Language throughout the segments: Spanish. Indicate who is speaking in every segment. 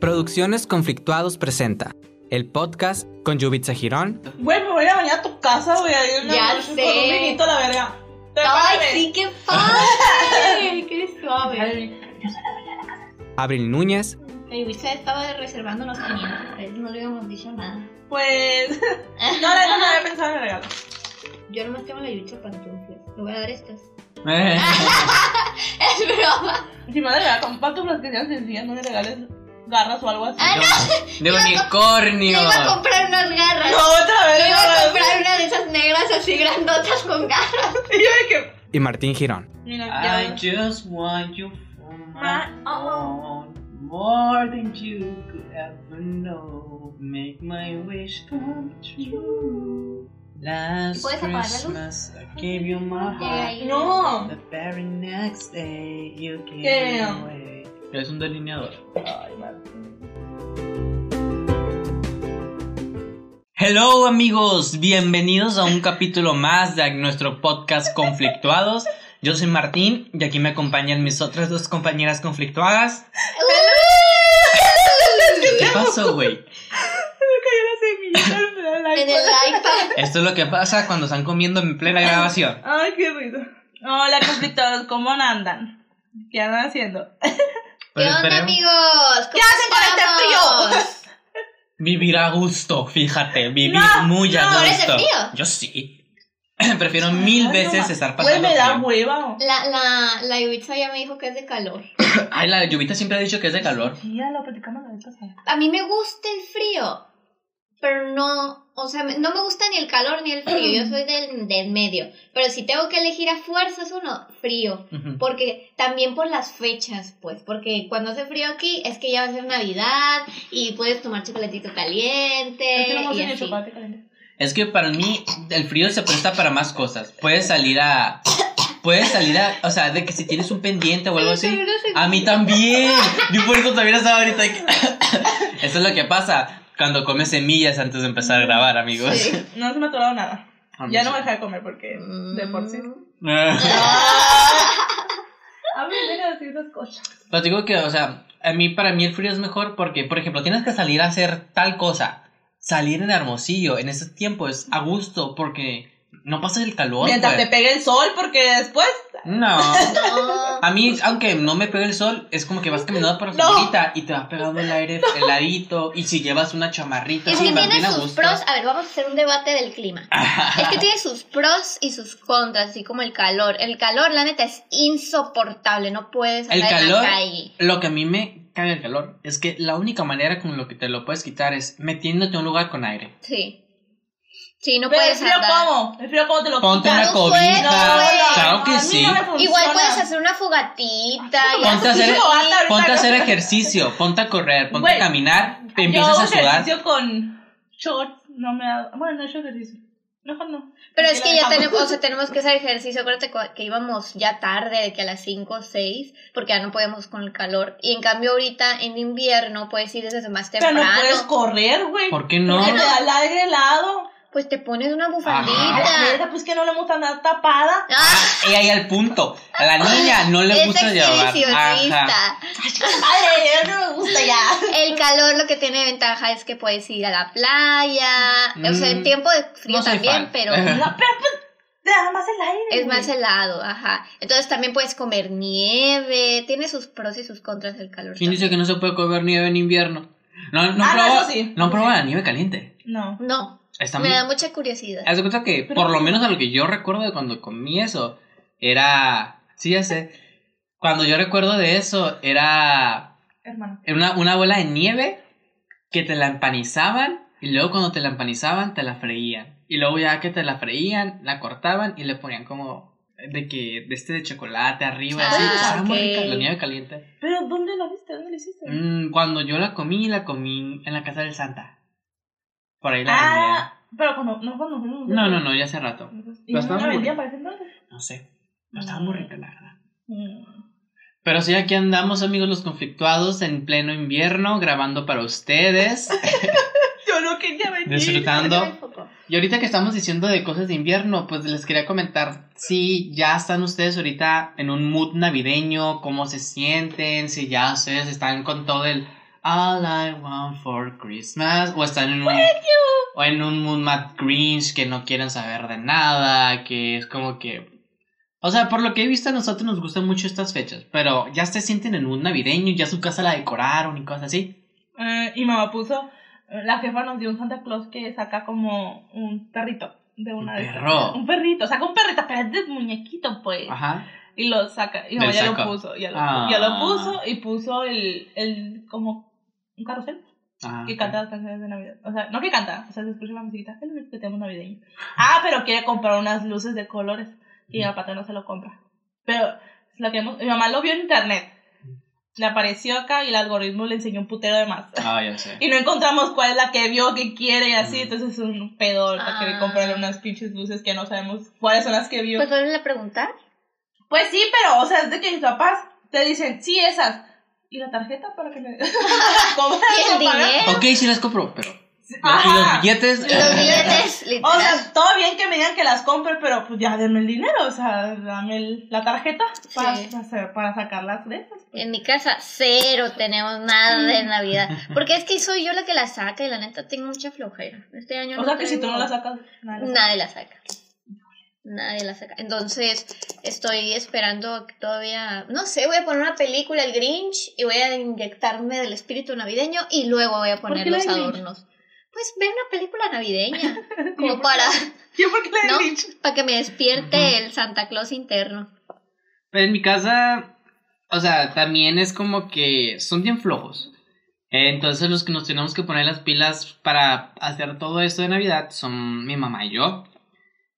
Speaker 1: Producciones Conflictuados presenta el podcast con Yubitsa Girón.
Speaker 2: Güey, me voy a bañar a tu casa, güey. a ir una
Speaker 3: Ya
Speaker 2: noche
Speaker 3: sé.
Speaker 2: Con un vinito a la verga.
Speaker 3: ¡Ay,
Speaker 2: Prepárame.
Speaker 3: sí, qué padre! ¡Qué suave!
Speaker 1: Abril Núñez,
Speaker 3: El Wissa estaba reservando unos 500, pues, no le habíamos dicho nada.
Speaker 2: Pues. No, la neta no había pensado en el regalo.
Speaker 3: Yo nomás tengo la yucha pantuflas. Le voy a dar estas.
Speaker 4: Eh,
Speaker 3: ¡Es broma!
Speaker 2: Si me van a regalar con pantuflas que sean sencillas, no le regales garras o algo así.
Speaker 3: ¡Ah, no!
Speaker 4: de
Speaker 3: Le
Speaker 4: unicornio.
Speaker 3: iba a comprar unas garras.
Speaker 2: No, otra
Speaker 3: Le
Speaker 2: vez.
Speaker 3: iba a
Speaker 2: otra vez.
Speaker 3: comprar una de esas negras así grandotas con garras.
Speaker 2: Y yo de que.
Speaker 1: y Martín Girón.
Speaker 2: Mira,
Speaker 4: I
Speaker 2: ya.
Speaker 4: just want you for my
Speaker 3: My
Speaker 4: own. More than you could ever know. Make my wish come true. Last
Speaker 3: ¿Puedes apagar la luz?
Speaker 4: Christmas I gave you my
Speaker 3: oh. Llega
Speaker 4: heart.
Speaker 3: ahí.
Speaker 2: No.
Speaker 4: The very next day you gave
Speaker 2: ¿Qué?
Speaker 4: it away. Es un delineador.
Speaker 2: Ay, madre.
Speaker 4: Hello amigos, bienvenidos a un capítulo más de nuestro podcast Conflictuados. Yo soy Martín y aquí me acompañan mis otras dos compañeras conflictuadas. ¿Qué pasó, güey?
Speaker 2: Me cayó la semillita en
Speaker 3: En el iPad.
Speaker 4: Esto es lo que pasa cuando están comiendo en plena grabación.
Speaker 2: Ay, qué rico. Hola, conflictados, ¿cómo andan? ¿Qué andan haciendo?
Speaker 3: ¿Qué
Speaker 4: Pero
Speaker 3: onda,
Speaker 4: Pues esperemos
Speaker 3: amigos?
Speaker 2: ¿Qué hacen con este frío?
Speaker 4: Vivir a gusto, fíjate, vivir
Speaker 2: No,
Speaker 4: muy a
Speaker 2: no,
Speaker 3: ¿por ese
Speaker 4: gusto.
Speaker 3: frío?
Speaker 4: Yo sí. Prefiero mil veces estar pasando.
Speaker 2: Güey, me da
Speaker 4: frío.
Speaker 2: hueva.
Speaker 3: La, la, la Yubitsa ya me dijo que es de calor.
Speaker 4: Ay, la lluvita siempre ha dicho que es de calor.
Speaker 2: Sí, ya lo platicamos la vez pasada.
Speaker 3: A mí me gusta el frío, pero no, o sea, me- no me gusta ni el calor ni el frío, yo soy del, del medio, pero si tengo que elegir a fuerzas uno, frío,
Speaker 4: Ujú.
Speaker 3: porque también por las fechas, pues, porque cuando hace frío aquí es que ya va a ser Navidad y puedes tomar chocolatito
Speaker 2: Es que
Speaker 3: caliente
Speaker 2: no hemos
Speaker 3: Eh, y
Speaker 2: tenido
Speaker 3: así.
Speaker 2: chocolate caliente.
Speaker 4: Es que para mí el frío se presta para más cosas. Puedes salir a... Puedes salir a... O sea, de que si tienes un pendiente o algo así... A mí también. Yo por eso también estaba ahorita... aquí. Eso es lo que pasa cuando comes semillas antes de empezar a grabar, amigos.
Speaker 3: Sí.
Speaker 2: No se me ha atorado nada.
Speaker 4: A mí
Speaker 2: Ya
Speaker 4: sí.
Speaker 2: no me deja de comer porque de por
Speaker 3: Mm.
Speaker 2: sí.
Speaker 4: Ah.
Speaker 2: A mí me a decir esas cosas.
Speaker 4: Pero digo que, o sea, a mí para mí el frío es mejor porque, por ejemplo, tienes que salir a hacer tal cosa. Salir en Hermosillo en ese tiempo es a gusto porque no pasa el calor.
Speaker 2: Mientras
Speaker 4: pues.
Speaker 2: te pegue el sol, porque después.
Speaker 4: No.
Speaker 3: No.
Speaker 4: A mí, aunque no me pegue el sol, es como que vas caminando por la
Speaker 2: No.
Speaker 4: sombrita y te va pegando el aire heladito. Y si llevas una chamarrita,
Speaker 3: Es
Speaker 4: sí,
Speaker 3: que
Speaker 4: vas
Speaker 3: tiene
Speaker 4: bien a
Speaker 3: sus
Speaker 4: gusto.
Speaker 3: pros. A ver, vamos a hacer un debate del clima. es que tiene sus pros y sus contras, así como el calor. El calor, la neta, es insoportable. No puedes
Speaker 4: El
Speaker 3: andar en
Speaker 4: calor-
Speaker 3: la calle.
Speaker 4: Lo que a mí me caga el calor es que la única manera con lo que te lo puedes quitar es metiéndote a un lugar con aire.
Speaker 3: Sí. Sí, no
Speaker 2: Pero el
Speaker 3: puedes
Speaker 2: frío,
Speaker 3: andar.
Speaker 2: ¿cómo? El frío, ¿cómo te lo
Speaker 4: Ponte
Speaker 2: quitas?
Speaker 4: una
Speaker 3: un
Speaker 4: cobija.
Speaker 3: suéter, güey.
Speaker 4: claro que
Speaker 2: a mí
Speaker 4: sí.
Speaker 2: no me funciona.
Speaker 3: Igual puedes hacer una fogatita. y
Speaker 4: Ponte a
Speaker 3: así.
Speaker 4: hacer-
Speaker 2: Ahorita
Speaker 4: Ponte a hacer
Speaker 2: no.
Speaker 4: ejercicio, ponte a correr, ponte
Speaker 2: Güey,
Speaker 4: a caminar, te
Speaker 2: Yo
Speaker 4: empiezas
Speaker 2: hago
Speaker 4: a sudar.
Speaker 2: ejercicio con shorts. No me da. Bueno, no he hecho ejercicio. Mejor no.
Speaker 3: Pero
Speaker 2: Aquí
Speaker 3: es
Speaker 2: la
Speaker 3: que ya
Speaker 2: dejamos.
Speaker 3: tenemos, o sea, tenemos que hacer ejercicio. Acuérdate cua- que íbamos ya tarde, de que a las 5 o 6, porque ya no podíamos con el calor. Y en cambio, ahorita en invierno puedes ir desde más
Speaker 2: Pero
Speaker 3: temprano.
Speaker 2: no puedes correr, güey.
Speaker 4: ¿Por qué no?
Speaker 2: Porque te da el aire helado.
Speaker 3: Pues te pones una
Speaker 2: A la
Speaker 3: bufandita.
Speaker 2: verga, pues que no le gusta andar tapada.
Speaker 3: ¡Ah!
Speaker 4: Y ahí al punto. A la niña no le
Speaker 3: Es
Speaker 4: gusta llevar. Ajá.
Speaker 3: exhibicionista.
Speaker 2: Madre, ya no me gusta ya.
Speaker 3: El calor lo que tiene ventaja es que puedes ir a la playa. O sea, en
Speaker 4: Mm,
Speaker 3: tiempo de frío
Speaker 4: no soy
Speaker 3: también,
Speaker 4: fan.
Speaker 3: pero
Speaker 2: No, pero pues te da más el aire.
Speaker 3: es más
Speaker 2: güey.
Speaker 3: helado, ajá. Entonces también puedes comer nieve. Tiene sus pros y sus contras el calor.
Speaker 4: ¿Quién dice que no se puede comer nieve en invierno? No, no
Speaker 2: Ah, no,
Speaker 4: prueba,
Speaker 2: eso sí.
Speaker 4: no prueba la nieve caliente.
Speaker 2: No.
Speaker 3: No,
Speaker 4: Está
Speaker 3: me
Speaker 4: muy-
Speaker 3: da mucha curiosidad.
Speaker 4: Haz de cuenta que, por lo menos a lo que yo recuerdo de cuando comí eso, era. Sí, ya sé. Cuando yo recuerdo de eso, era
Speaker 2: Hermano.
Speaker 4: era una, una bola de nieve que te la empanizaban y luego cuando te la empanizaban te la freían. Y luego ya que te la freían, la cortaban y le ponían como de que de este de chocolate arriba. así,
Speaker 3: Ah,
Speaker 4: estaba muy
Speaker 3: ok.
Speaker 4: rica la nieve caliente.
Speaker 2: Pero ¿dónde la viste? ¿Dónde la hiciste?
Speaker 4: Mm, cuando yo la comí, la comí en la casa del Santa. Por ahí la
Speaker 2: ah, pero cuando no cuando fuimos.
Speaker 4: vendía. No, no, no, ya hace rato.
Speaker 2: Y no
Speaker 4: Bastante
Speaker 2: la vendían para
Speaker 4: bueno.
Speaker 2: ese entonces.
Speaker 4: No sé. Pero estaba muy rica, la verdad.
Speaker 2: Mm.
Speaker 4: Pero sí, aquí andamos, amigos los conflictuados, en pleno invierno, grabando para ustedes,
Speaker 2: Yo no quería venir.
Speaker 4: disfrutando. Y ahorita que estamos diciendo de cosas de invierno, pues les quería comentar si ya están ustedes ahorita en un mood navideño, cómo se sienten, si ya ustedes están con todo el All I Want for Christmas. O están en un. O en un mood Matt Grinch que no quieren saber de nada. Que es como que. O sea, por lo que he visto, a nosotros nos gustan mucho estas fechas. Pero ya se sienten en un navideño, ya su casa la decoraron y cosas así.
Speaker 2: Eh, y mamá puso, eh, la jefa nos dio un Santa Claus que saca como un perrito de una
Speaker 4: Un
Speaker 2: de estas-
Speaker 4: perro.
Speaker 2: Un perrito, saca un perrito, pero es de muñequito, pues.
Speaker 4: Ajá.
Speaker 2: Y lo saca. Y
Speaker 4: Del
Speaker 2: mamá ya
Speaker 4: saco.
Speaker 2: lo puso. Ya lo,
Speaker 4: Ah.
Speaker 2: ya lo puso y puso el, el como un carrusel
Speaker 4: ajá.
Speaker 2: que canta las canciones de Navidad. O sea, no que canta, o sea, se escucha la musiquita, es lo que tenemos navideño. Ah, pero quiere comprar unas luces de colores y mi papá no se lo compra. Pero lo que hemos- mi mamá lo vio en internet. Le apareció acá y el algoritmo le enseñó un putero de más.
Speaker 4: Ah, ya sé.
Speaker 2: Y no encontramos cuál es la que vio, que quiere y así.
Speaker 4: Mm.
Speaker 2: Entonces es un pedo ahorita que
Speaker 3: Ah.
Speaker 2: comprarle unas pinches luces que no sabemos cuáles son las que vio.
Speaker 3: Pues
Speaker 2: Pues,
Speaker 3: vuelve a preguntar.
Speaker 2: sí, pero, o sea, es de que mis papás te dicen, sí, esas. ¿Y la tarjeta para que me... ¿Cómo
Speaker 3: Y el
Speaker 2: eso, para-
Speaker 3: dinero.
Speaker 4: Ok, sí las compro, pero.
Speaker 2: Ajá.
Speaker 4: Y los billetes. eh,
Speaker 3: Los billetes,
Speaker 2: O
Speaker 3: literal.
Speaker 2: sea, todo bien que me digan que las compre, pero pues ya denme el dinero, o sea, dame el- la tarjeta para,
Speaker 3: Sí.
Speaker 2: hacer- para sacar las de esas.
Speaker 3: En mi casa, cero tenemos nada de Navidad. Porque es que soy yo la que la saca y la neta tengo mucha flojera. Este año
Speaker 2: O sea, que si tú no las
Speaker 3: sacas.
Speaker 2: sacas, nada. las-
Speaker 3: Nadie la saca. Nadie la saca. Entonces, estoy esperando que todavía. No sé, voy a poner una película, el Grinch, y voy a inyectarme del espíritu navideño y luego voy a
Speaker 2: ¿Por
Speaker 3: poner
Speaker 2: qué la
Speaker 3: los
Speaker 2: del Grinch?
Speaker 3: adornos. Pues ver una película navideña.
Speaker 2: ¿Por
Speaker 3: como
Speaker 2: qué?
Speaker 3: para,
Speaker 2: ¿Yo por qué le he
Speaker 3: ¿no?
Speaker 2: dicho?
Speaker 3: para que me despierte
Speaker 4: Ujú. pues
Speaker 3: el Santa Claus interno.
Speaker 4: Pero en mi casa, o sea, también es como que son bien flojos. Eh, Entonces los que nos tenemos que poner las pilas para hacer todo esto de Navidad son mi mamá y yo.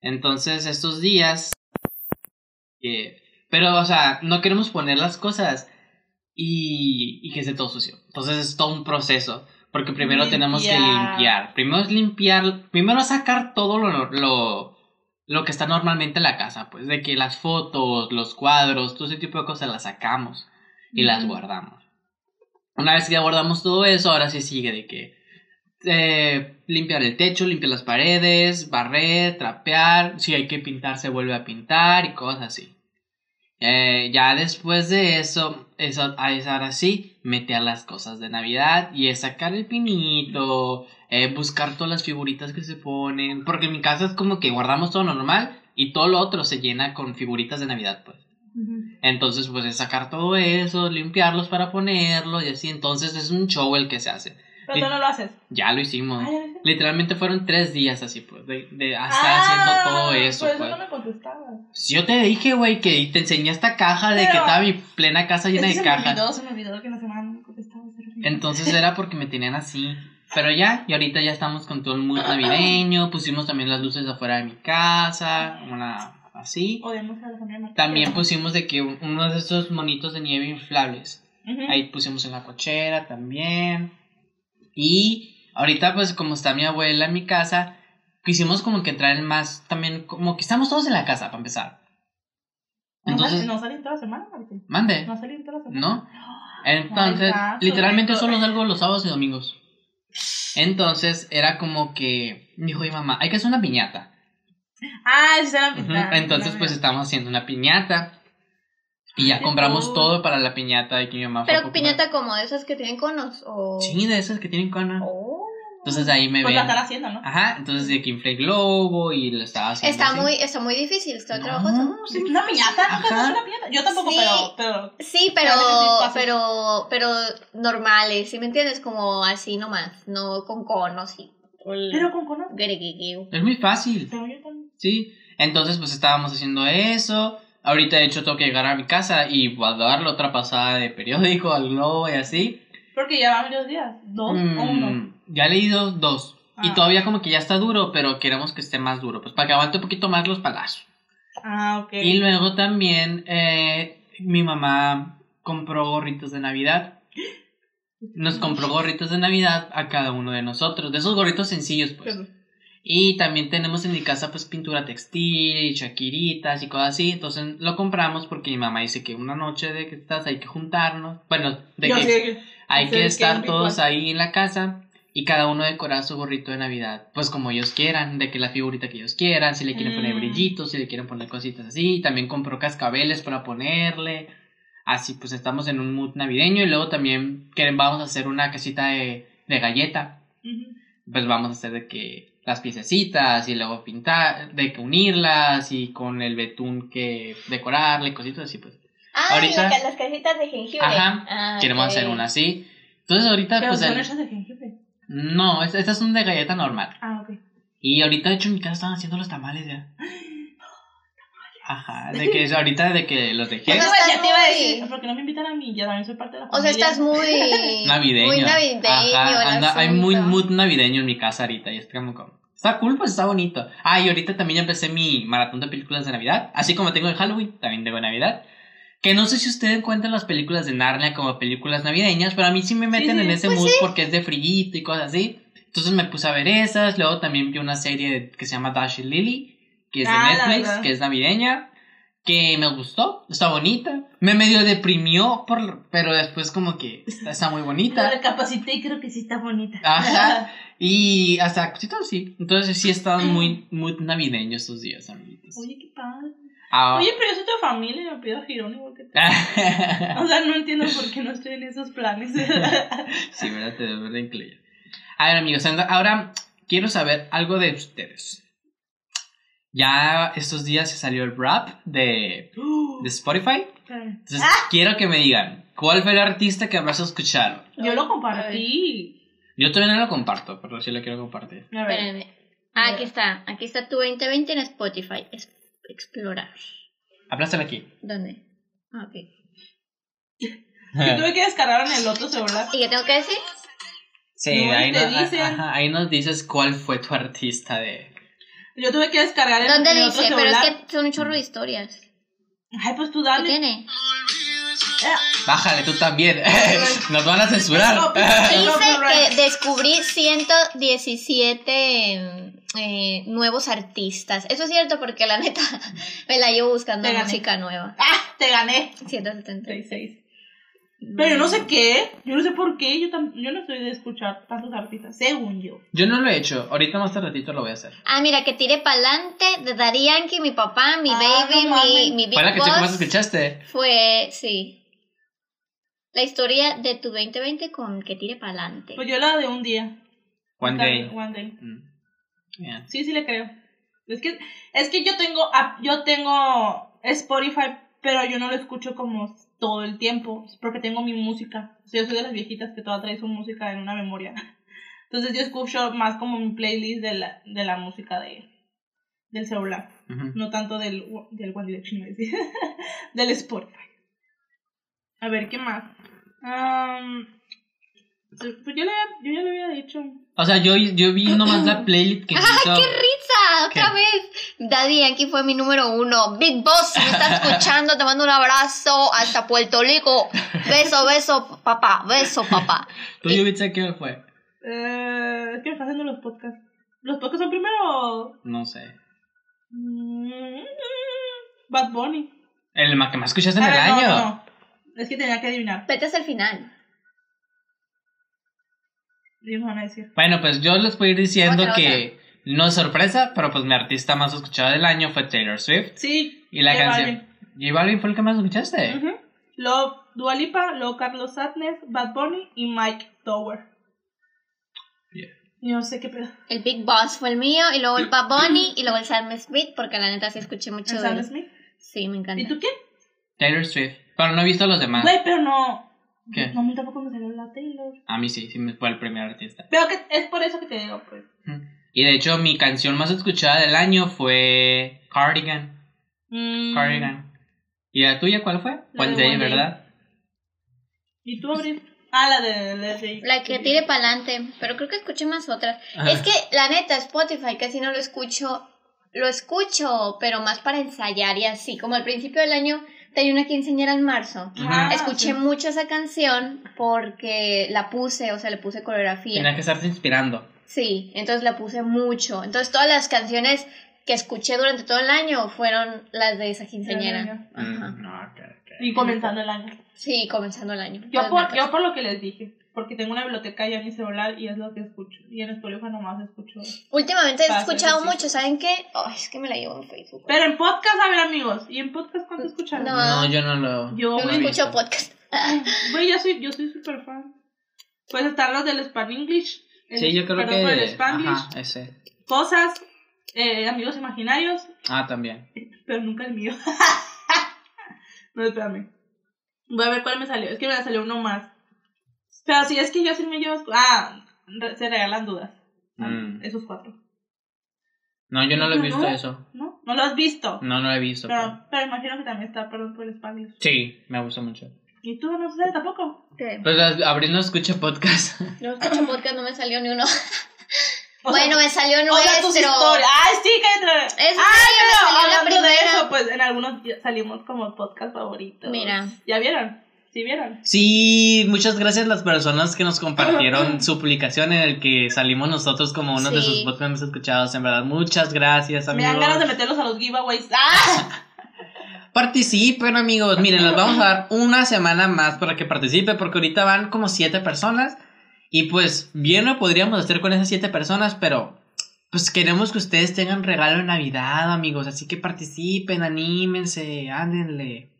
Speaker 4: Entonces estos días... que- pero, o sea, no queremos poner las cosas y, y que esté todo sucio. Entonces es todo un proceso. Porque primero tenemos que
Speaker 2: Limpiar.
Speaker 4: limpiar. Primero es limpiar. Primero sacar todo lo, lo, lo que está normalmente en la casa. Pues de que las fotos, los cuadros, todo ese tipo de cosas las sacamos y las
Speaker 2: Ujú.
Speaker 4: guardamos. Una vez que guardamos todo eso, ahora sí sigue de que eh, limpiar el techo, limpiar las paredes, barrer, trapear, si hay que pintar se vuelve a pintar y cosas así. Eh, ya después de eso, eso ah, es ahora sí, meter las cosas de Navidad y es sacar el pinito, eh, buscar todas las figuritas que se ponen, porque en mi casa es como que guardamos todo lo normal y todo lo otro se llena con figuritas de Navidad, pues.
Speaker 2: Ujú.
Speaker 4: Entonces, pues es sacar todo eso, limpiarlos para ponerlo y así. Entonces es un show el que se hace.
Speaker 2: Pero tú no lo haces.
Speaker 4: Ya lo hicimos.
Speaker 2: Ah, ya lo hice.
Speaker 4: Literalmente fueron tres días así, pues, de, de hasta
Speaker 2: Ah,
Speaker 4: haciendo todo eso.
Speaker 2: Por eso
Speaker 4: pues.
Speaker 2: no me contestabas.
Speaker 4: Si yo te dije, güey, que te enseñé esta caja de que
Speaker 2: Pero-
Speaker 4: estaba mi plena casa
Speaker 2: Es
Speaker 4: llena
Speaker 2: que
Speaker 4: de
Speaker 2: se me
Speaker 4: cajas.
Speaker 2: olvidó, se me olvidó que en la semana no me contestabas. era horrible.
Speaker 4: Entonces era porque me tenían así. Pero ya, y ahorita ya estamos con todo el mood navideño. Pusimos también las luces afuera de mi casa, una así.
Speaker 2: Odiamos a la familia Martínez.
Speaker 4: También pues, pusimos de que un- uno de esos monitos de nieve inflables.
Speaker 2: Ujú.
Speaker 4: Ahí pusimos en la cochera también. Y ahorita, pues, como está mi abuela en mi casa, quisimos como que entrar en más también, como que estamos todos en la casa, para empezar.
Speaker 2: No sal-
Speaker 4: Entonces,
Speaker 2: No salí toda la semana, Martín.
Speaker 4: mande,
Speaker 2: No salí toda la semana.
Speaker 4: ¿no? Entonces,
Speaker 2: Ay, gato,
Speaker 4: literalmente
Speaker 2: gato.
Speaker 4: solo salgo los sábados y domingos. Entonces, era como que, me dijo mi mamá, hay que hacer una piñata.
Speaker 2: Ah, sí, se la
Speaker 4: Ujú,
Speaker 2: pintaron,
Speaker 4: Entonces,
Speaker 2: no,
Speaker 4: pues
Speaker 2: no.
Speaker 4: estamos haciendo una piñata. Y ya
Speaker 2: Qué
Speaker 4: compramos
Speaker 2: cool.
Speaker 4: todo para la piñata. Y que mi mamá fue a
Speaker 3: Pero
Speaker 4: comprar.
Speaker 3: piñata como de esas que tienen conos o.
Speaker 4: Sí, de esas que tienen cana.
Speaker 3: Oh.
Speaker 4: Entonces ahí me
Speaker 2: Pues la
Speaker 4: ven.
Speaker 2: estará
Speaker 4: Ah,
Speaker 2: haciendo, ¿no?
Speaker 4: Ajá, entonces de que inflé el globo y lo estaba haciendo.
Speaker 3: Está
Speaker 4: así.
Speaker 3: muy, está muy difícil, está
Speaker 4: No,
Speaker 3: trabajoso.
Speaker 4: sí.
Speaker 2: Pues, ¿Una piñata? ¿Nunca
Speaker 4: Ajá.
Speaker 2: has hecho una piñata? Yo tampoco,
Speaker 3: Sí.
Speaker 2: pero, pero...
Speaker 3: Sí, pero,
Speaker 2: Claro que sí, fácil.
Speaker 3: pero, pero normales, ¿sí me entiendes? Como así nomás, no con conos y.
Speaker 2: Pero con cono...
Speaker 3: Greguegueu.
Speaker 4: Es muy fácil,
Speaker 2: Según yo también.
Speaker 4: sí. Entonces, pues estábamos haciendo eso. Ahorita, de hecho, tengo que llegar a mi casa y voy a darle otra pasada de periódico al globo y así.
Speaker 2: Porque ya van varios días. ¿Dos o uno?
Speaker 4: Mm, ya leí dos, dos. Y
Speaker 2: Ah.
Speaker 4: todavía como que ya está duro, pero queremos que esté más duro. Pues para que aguante un poquito más los palazos.
Speaker 2: Ah, ok.
Speaker 4: Y luego también eh, mi mamá compró gorritos de Navidad. Nos compró gorritos de Navidad a cada uno de nosotros. De esos gorritos sencillos, pues. Y también tenemos en mi casa, pues, pintura textil y chaquiritas y cosas así. Entonces lo compramos porque mi mamá dice que una noche de que estás hay que juntarnos. Bueno, de
Speaker 2: Yo
Speaker 4: que
Speaker 2: sí, de que-
Speaker 4: hay
Speaker 2: sé
Speaker 4: que
Speaker 2: que es
Speaker 4: estar
Speaker 2: mi
Speaker 4: todos
Speaker 2: cuarto.
Speaker 4: ahí en la casa y cada uno decorar su gorrito de Navidad, pues como ellos quieran, de que la figurita que ellos quieran, si le quieren poner
Speaker 2: Mm.
Speaker 4: brillitos, si le quieren poner cositas así, también compró cascabeles para ponerle. Así pues estamos en un mood navideño y luego también queremos, vamos a hacer una casita de, de galleta.
Speaker 2: Ujú.
Speaker 4: Pues vamos a hacer de que las piececitas y luego pintar, de que unirlas y con el betún que decorarle, cositas así pues.
Speaker 3: Ah,
Speaker 4: Ahorita-
Speaker 3: la ca- las casitas de jengibre.
Speaker 4: Ajá,
Speaker 3: Ah,
Speaker 4: Queremos
Speaker 3: ok.
Speaker 4: hacer una así. Entonces ahorita
Speaker 2: Pero
Speaker 4: pues...
Speaker 2: son
Speaker 4: el-
Speaker 2: hechas de jengibre.
Speaker 4: no, es- estas son de galleta normal.
Speaker 2: Ah, ok.
Speaker 4: Y ahorita, de hecho, en mi casa están haciendo los tamales ya. Ajá, de que es ahorita de que los
Speaker 3: O
Speaker 4: dejé.
Speaker 3: sea,
Speaker 2: Bueno,
Speaker 3: estás
Speaker 2: ya te iba a
Speaker 3: muy-
Speaker 2: decir, porque no me invitan a mí, ya también soy parte de la
Speaker 3: O sea,
Speaker 2: familia.
Speaker 3: estás muy.
Speaker 4: Navideño.
Speaker 3: Muy navideño. el
Speaker 4: Ajá, anda- hay
Speaker 3: asunto.
Speaker 4: muy mood navideño en mi casa ahorita. Y es como, como- está cool, pues está bonito. Ah, y ahorita también ya empecé mi maratón de películas de Navidad. Así como tengo el Halloween, también tengo Navidad. Que no sé si ustedes cuentan las películas de Narnia como películas navideñas, pero a mí sí me meten
Speaker 2: sí,
Speaker 4: en ese
Speaker 3: pues
Speaker 4: mood porque es de frillito y cosas así. Entonces me puse a ver esas. Luego también vi una serie que se llama Dash y Lily, que es de
Speaker 2: Ah, la
Speaker 4: Netflix,
Speaker 2: verdad.
Speaker 4: que es navideña. Que me gustó, está bonita. Me medio deprimió, por, pero después como que está, está muy bonita. Ah.
Speaker 2: Pero recapacité y creo que sí está bonita.
Speaker 4: Ajá. Y hasta cositas así. Entonces sí estaban muy, muy navideños estos días, amiguitos.
Speaker 2: Oye, qué padre.
Speaker 4: Ah.
Speaker 2: Oye, pero yo soy tu familia y me pido girón igual que tú.
Speaker 4: Ah.
Speaker 2: O sea, no entiendo por qué no estoy en esos planes.
Speaker 4: sí, verdad, te debo de incluir. A ver, amigos, anda- ahora quiero saber algo de ustedes. Ya estos días se salió el rap de, de Spotify.
Speaker 2: Espérame.
Speaker 4: Entonces quiero que me digan, ¿cuál fue el artista que habrás escuchado?
Speaker 2: Yo lo compartí.
Speaker 4: Yo todavía no lo comparto, pero sí lo quiero compartir.
Speaker 2: A ver.
Speaker 3: Espérame. Ah, aquí está. Aquí está tu 2020 en Spotify. Es- explorar.
Speaker 4: Aplástalo aquí.
Speaker 3: ¿Dónde? Ah, ok.
Speaker 2: Yo tuve que descargar en el otro celular.
Speaker 3: ¿Y qué tengo que decir?
Speaker 4: Sí,
Speaker 2: No,
Speaker 4: ahí,
Speaker 2: ahí te
Speaker 4: nos, a-
Speaker 2: dicen.
Speaker 4: ajá, ahí nos dices cuál fue tu artista de...
Speaker 2: Yo tuve que descargar en
Speaker 3: ¿Dónde
Speaker 2: el otro
Speaker 3: dice?
Speaker 2: celular.
Speaker 3: Pero es que son un chorro de historias.
Speaker 2: Ay, pues tú
Speaker 3: ¿Qué
Speaker 2: dale.
Speaker 3: tiene?
Speaker 2: Eh,
Speaker 4: Bájale tú también. Nos van a censurar.
Speaker 2: pues.
Speaker 3: Dice
Speaker 2: copyright.
Speaker 3: que descubrí 117 eh, nuevos artistas. Eso es cierto porque la neta me la llevo buscando
Speaker 2: Te gané.
Speaker 3: música nueva.
Speaker 2: ¡Ah! Te gané.
Speaker 3: 170.
Speaker 2: 36. Pero yo no sé qué. Yo no sé por qué. Yo, tam- yo no soy de escuchar tantos artistas, según yo.
Speaker 4: Yo no lo he hecho. Ahorita más ratito lo voy a hacer.
Speaker 3: Ah, mira, que tire pa'lante de Daddy Yankee, mi papá, mi
Speaker 2: Ah,
Speaker 3: baby,
Speaker 2: no
Speaker 3: mi,
Speaker 2: mames.
Speaker 3: mi Big
Speaker 4: ¿Cuál es la canción que más
Speaker 3: Boss.
Speaker 4: escuchaste?
Speaker 3: Fue, sí. La historia de tu 2020 con que tire pa'lante.
Speaker 2: Pues yo la de un día. Tal-
Speaker 4: One Day.
Speaker 2: One Day.
Speaker 4: Mm. Yeah.
Speaker 2: Sí, sí le creo. Es que, es que yo tengo app- yo tengo Spotify, pero yo no lo escucho como todo el tiempo, porque tengo mi música. O sea, yo soy de las viejitas que todas traen su música en una memoria. Entonces yo escucho más como mi playlist de la, de la música de, del celular,
Speaker 4: Ujú.
Speaker 2: no tanto del, del One Direction, iba a decir. del Spotify. A ver, ¿qué más? Am, pues yo, le, yo ya le había dicho.
Speaker 4: O sea, yo, yo vi nomás la playlist
Speaker 2: ¡Ah,
Speaker 4: que se hizo.
Speaker 3: ¡Qué risa! ¡Otra
Speaker 4: Ah, ¿Qué?
Speaker 3: vez! Daddy Yankee fue mi número uno. Big Boss, si me estás escuchando, te mando un abrazo hasta Puerto Rico. Beso, beso, papá. Beso, papá.
Speaker 4: ¿Tú, Yubitsa, qué fue?
Speaker 2: Eh, es que me están haciendo los podcasts. Los podcasts son primero.
Speaker 4: No sé.
Speaker 2: mm, Bad Bunny.
Speaker 4: El ma- que más escuchaste en el
Speaker 2: Ah, no,
Speaker 4: año.
Speaker 2: no. Es que tenía que adivinar.
Speaker 3: Vete hasta el final.
Speaker 2: Y me van a decir.
Speaker 4: Bueno, pues yo les voy a ir diciendo
Speaker 3: Otra,
Speaker 4: que no es sorpresa, pero pues mi artista más escuchado del año fue Taylor Swift.
Speaker 2: Sí.
Speaker 4: Y la
Speaker 2: J
Speaker 4: canción. ¿Y Balvin fue el que más escuchaste?
Speaker 2: Balvin. Ujú. Luego Dualipa, luego Carlos Sadness, Bad Bunny y Mike Tower.
Speaker 4: Bien.
Speaker 2: No sé qué pedo.
Speaker 3: El Big Boss fue el mío, y luego el Bad Bunny, y luego el Sam Smith, porque la neta sí escuché mucho de
Speaker 2: ¿Sabes
Speaker 3: él.
Speaker 2: mí?
Speaker 3: Sí, me
Speaker 2: ¿Y
Speaker 3: encanta.
Speaker 2: tú quién?
Speaker 4: Taylor Swift. Pero no he visto a los demás.
Speaker 2: Güey, pero no.
Speaker 4: Ah. ¿Qué?
Speaker 2: No, a mí tampoco me salió la Taylor.
Speaker 4: A mí sí, sí me fue el primer artista.
Speaker 2: Pero que es por eso que te digo, pues.
Speaker 4: Y de hecho, mi canción más escuchada del año fue Cardigan.
Speaker 2: Mm,
Speaker 4: Cardigan. ¿Y la tuya cuál fue?
Speaker 2: La de
Speaker 4: One Day,
Speaker 2: One Day.
Speaker 4: ¿verdad?
Speaker 2: ¿Y tú, Abril? Ah, la de. La, de-
Speaker 3: La que tire pa'lante, pero creo que escuché más otras.
Speaker 4: Ajá.
Speaker 3: Es que, la neta, Spotify casi no lo escucho. Lo escucho, pero más para ensayar y así. Como al principio del año tenía una quinceañera en marzo.
Speaker 2: Ah,
Speaker 3: Escuché
Speaker 2: sí.
Speaker 3: mucho esa canción porque la puse, o sea, le puse
Speaker 4: Tenía
Speaker 3: coreografía.
Speaker 4: que estarte inspirando.
Speaker 3: Sí, entonces la puse mucho. Entonces todas las canciones que escuché durante todo el año fueron las de esa quinceañera. Ajá.
Speaker 4: Mm, no, ok, ok.
Speaker 2: Y comenzando el año.
Speaker 3: Sí, comenzando el año.
Speaker 2: Yo
Speaker 3: Las
Speaker 2: por,
Speaker 3: marcas.
Speaker 2: yo por lo que les dije. porque tengo una biblioteca ya en mi celular y es lo que escucho. Y en Spotify nomás escucho.
Speaker 3: Últimamente he
Speaker 2: Pasa,
Speaker 3: escuchado
Speaker 2: sí.
Speaker 3: mucho, ¿saben qué? Ay, es que me la llevo en Facebook.
Speaker 2: Pero en podcast, a ver, amigos. ¿Y en podcast cuánto escuchan?
Speaker 3: No.
Speaker 4: No, yo no lo.
Speaker 2: Ah. Yo
Speaker 3: Yo Pues, no
Speaker 4: lo he
Speaker 3: escucho
Speaker 4: visto.
Speaker 3: podcast.
Speaker 2: Güey, yo soy, yo soy súper fan. Pues están los del Span English. el-
Speaker 4: Sí, yo creo
Speaker 2: perdón,
Speaker 4: que.
Speaker 2: por el Spanglish.
Speaker 4: Ajá, ese.
Speaker 2: Cosas, eh, amigos imaginarios,
Speaker 4: Ah, también.
Speaker 2: pero nunca el mío. no, espérame. Voy a ver cuál me salió. Es que me salió uno más. Pero sí, es que yo sí me llevo. Ah, re- se regalan dudas. Ah,
Speaker 4: Mm.
Speaker 2: Esos cuatro.
Speaker 4: No, yo no lo he
Speaker 2: Ajá.
Speaker 4: visto eso.
Speaker 2: ¿No? ¿No lo has visto?
Speaker 4: No, no lo he visto.
Speaker 2: Pero, pero imagino que también está, perdón por el Spanglish.
Speaker 4: pero- Sí, me gusta mucho.
Speaker 2: ¿Y tú no sabes tampoco?
Speaker 3: ¿Qué?
Speaker 4: Pues Abril no escucha podcast.
Speaker 3: No escucho podcast, no me salió ni uno.
Speaker 2: O sea,
Speaker 3: bueno, me salió
Speaker 2: o sea, tus
Speaker 3: nuestro.
Speaker 2: historias. ¡Ay, sí, cállate!
Speaker 3: Es-
Speaker 2: ¡Ay,
Speaker 3: me
Speaker 2: pero
Speaker 3: salió la
Speaker 2: hablando de
Speaker 3: primera.
Speaker 2: eso! Pues en algunos ya salimos como podcast favoritos.
Speaker 3: Mira.
Speaker 2: ¿Ya vieron? ¿Sí vieron?
Speaker 4: Sí, muchas gracias a las personas que nos compartieron su publicación en el que salimos nosotros como uno de
Speaker 3: Sí.
Speaker 4: sus podcasts más escuchados. En verdad, muchas gracias,
Speaker 2: Me
Speaker 4: amigos.
Speaker 2: dan ganas de meterlos a los giveaways. ¡Ah!
Speaker 4: Participen, amigos. Miren, les vamos a dar una semana más para que participe, porque ahorita van como siete personas. Y pues, bien lo podríamos hacer con esas siete personas, pero pues queremos que ustedes tengan regalo en Navidad, amigos. Así que participen, anímense, ándenle.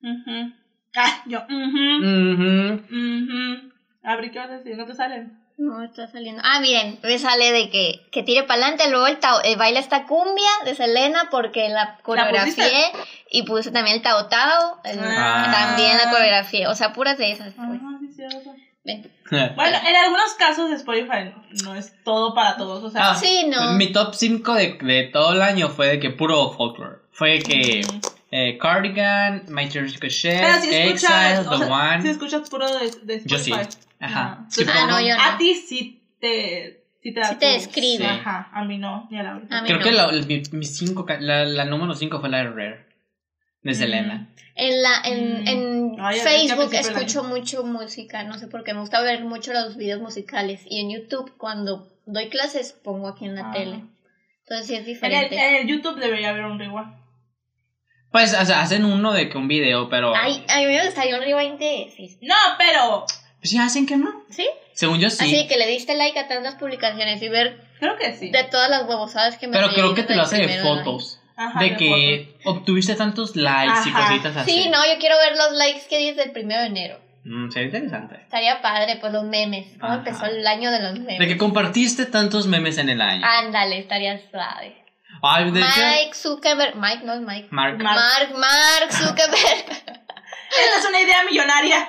Speaker 2: Ujú. Ah, yo. ujú,
Speaker 4: Ujú.
Speaker 2: ujú. Abri, ¿qué vas a decir? ¿No te salen?
Speaker 3: No, está saliendo. Ah, miren, me sale de que, que tire para adelante, luego el, tao- eh, baila esta cumbia de Selena porque la coreografié y puse también el Tao Tao, el-
Speaker 2: Ah.
Speaker 3: también la coreografié, o sea, puras de esas. pues.
Speaker 2: Ah, sí, cierto.
Speaker 3: Ven.
Speaker 2: Bueno, en algunos casos de Spotify no es todo para todos. O sea,
Speaker 4: Ah,
Speaker 3: Sí, no.
Speaker 4: Mi top 5 de, de todo el año fue de que puro folklore. Fue que eh, Cardigan, My Church Shed,
Speaker 2: pero si
Speaker 4: Exile,
Speaker 2: escuchas,
Speaker 4: The
Speaker 2: o sea,
Speaker 4: One.
Speaker 2: si escuchas puro de, de Spotify.
Speaker 4: Yo sí. Ajá.
Speaker 2: No.
Speaker 4: Sí,
Speaker 3: Ah,
Speaker 4: pero
Speaker 3: no, yo
Speaker 2: A ti sí te, sí te da
Speaker 3: Sí te
Speaker 2: tu-
Speaker 3: describe.
Speaker 2: Ajá, a mí no, ni a la hora.
Speaker 3: A mí
Speaker 4: Creo
Speaker 3: no.
Speaker 4: que la, el- mi, mi cinco ca- la, la número 5 fue la de Rare. De Selena.
Speaker 3: En, la, en,
Speaker 2: Mm.
Speaker 3: en
Speaker 4: Ah,
Speaker 2: Ay, es que a
Speaker 3: Facebook
Speaker 2: principio del
Speaker 3: escucho mucho música, no sé por qué, me gusta ver mucho los videos musicales y en YouTube cuando doy clases pongo aquí en la
Speaker 2: Ah. eh,
Speaker 3: tele. Entonces sí es
Speaker 2: En el,
Speaker 3: diferente.
Speaker 2: en el YouTube debería haber un rewind.
Speaker 4: Pues o sea, hacen uno de que un video, pero.
Speaker 3: Ay, a mí me gustaría un rewind de Facebook.
Speaker 2: No, pero
Speaker 4: Pues sí, hacen que no.
Speaker 3: ¿Sí?
Speaker 4: Según yo sí.
Speaker 3: Así que le diste like a tantas publicaciones y ver
Speaker 2: creo que sí.
Speaker 3: de todas las huevosadas que me
Speaker 4: pero
Speaker 3: salieron
Speaker 4: creo que te
Speaker 3: del
Speaker 4: lo hace de
Speaker 3: primero año.
Speaker 4: fotos.
Speaker 2: Ajá,
Speaker 4: de que obtuviste tantos likes y
Speaker 2: Ajá.
Speaker 4: cositas así.
Speaker 3: Sí, no, yo quiero ver los likes que dices del primero de enero.
Speaker 4: Mm, sería interesante.
Speaker 3: Estaría padre, pues los memes. ¿Cómo
Speaker 4: Ajá.
Speaker 3: empezó el año de los
Speaker 4: De
Speaker 3: memes?
Speaker 4: que compartiste tantos memes en el año.
Speaker 3: Ándale, estaría suave.
Speaker 4: Ay, de hecho,
Speaker 3: Mike Zuckerberg. Mike, no es Mike.
Speaker 4: Mark.
Speaker 2: Mark.
Speaker 3: Mark, Mark Zuckerberg.
Speaker 2: fotos. Esta es una idea millonaria.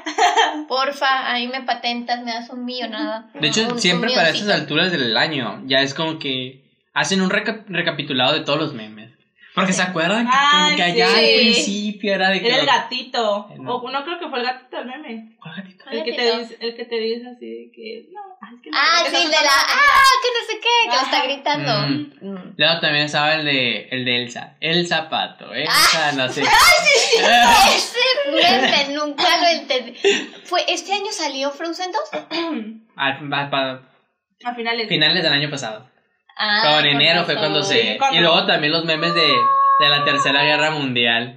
Speaker 3: Porfa, ahí me patentas, me das un millonada.
Speaker 4: De hecho,
Speaker 3: Un- un
Speaker 4: siempre para estas
Speaker 3: milloncito.
Speaker 4: alturas del año, ya es como que hacen un reca- recapitulado de todos los memes. Porque se acuerdan que,
Speaker 2: Ay,
Speaker 4: como que allá
Speaker 2: sí.
Speaker 4: al principio era de que.
Speaker 2: Era el
Speaker 4: los-
Speaker 2: gatito.
Speaker 4: El-
Speaker 2: O no creo que fue el gatito el meme.
Speaker 4: ¿Cuál gatito?
Speaker 3: Ay,
Speaker 2: El que te
Speaker 3: gatito.
Speaker 2: dice, el que te dice así de que no, ah, es que no,
Speaker 3: Ah,
Speaker 2: es que
Speaker 3: sí,
Speaker 2: no-
Speaker 3: de la. Ah, que no sé qué, que lo está
Speaker 2: Ajá.
Speaker 3: gritando. Mm.
Speaker 4: Luego también estaba el de, el de Elsa. El zapato. Elsa, no sé.
Speaker 3: Ese meme nunca lo entendí. Fue, ¿Este año salió Frozen 2?
Speaker 4: Al- al- pa-
Speaker 2: Al final es
Speaker 4: finales del año pasado.
Speaker 3: Ah,
Speaker 4: Pero en enero fue
Speaker 3: razón.
Speaker 4: cuando se.
Speaker 2: Sí, cuando-
Speaker 4: Y luego también los memes de, de la Tercera Guerra Mundial.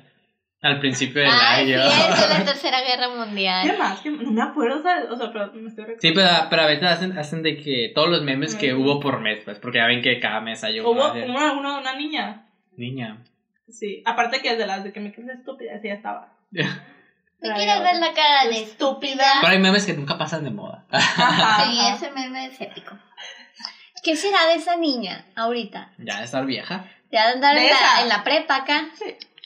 Speaker 4: Al principio del
Speaker 3: Ah,
Speaker 4: año.
Speaker 3: cierto, la tercera guerra
Speaker 2: ¿Qué
Speaker 3: mundial.
Speaker 2: más? ¿Qué- No me acuerdo, ¿sabes? o sea, pero me estoy recordando.
Speaker 4: Sí, pero, pero a veces hacen, hacen de que todos los memes que
Speaker 2: Ajá.
Speaker 4: hubo por mes, pues, porque ya ven que cada mes hay uno.
Speaker 2: Hubo
Speaker 4: de-
Speaker 2: uno, uno de una niña.
Speaker 4: Niña.
Speaker 2: Sí, aparte que es de las de que me quedé estúpida, así ya estaba.
Speaker 4: Pero
Speaker 3: ¿Me quieres ver la cara
Speaker 2: Pues,
Speaker 3: de estúpida?
Speaker 4: hay memes que nunca pasan de moda.
Speaker 2: Ajá,
Speaker 3: Sí,
Speaker 2: ajá.
Speaker 3: ese meme es épico. ¿Qué será de esa niña ahorita?
Speaker 4: Ya de estar vieja,
Speaker 3: ¿Te ha de andar
Speaker 2: De
Speaker 3: en la,
Speaker 2: esa.
Speaker 3: en la prepa acá?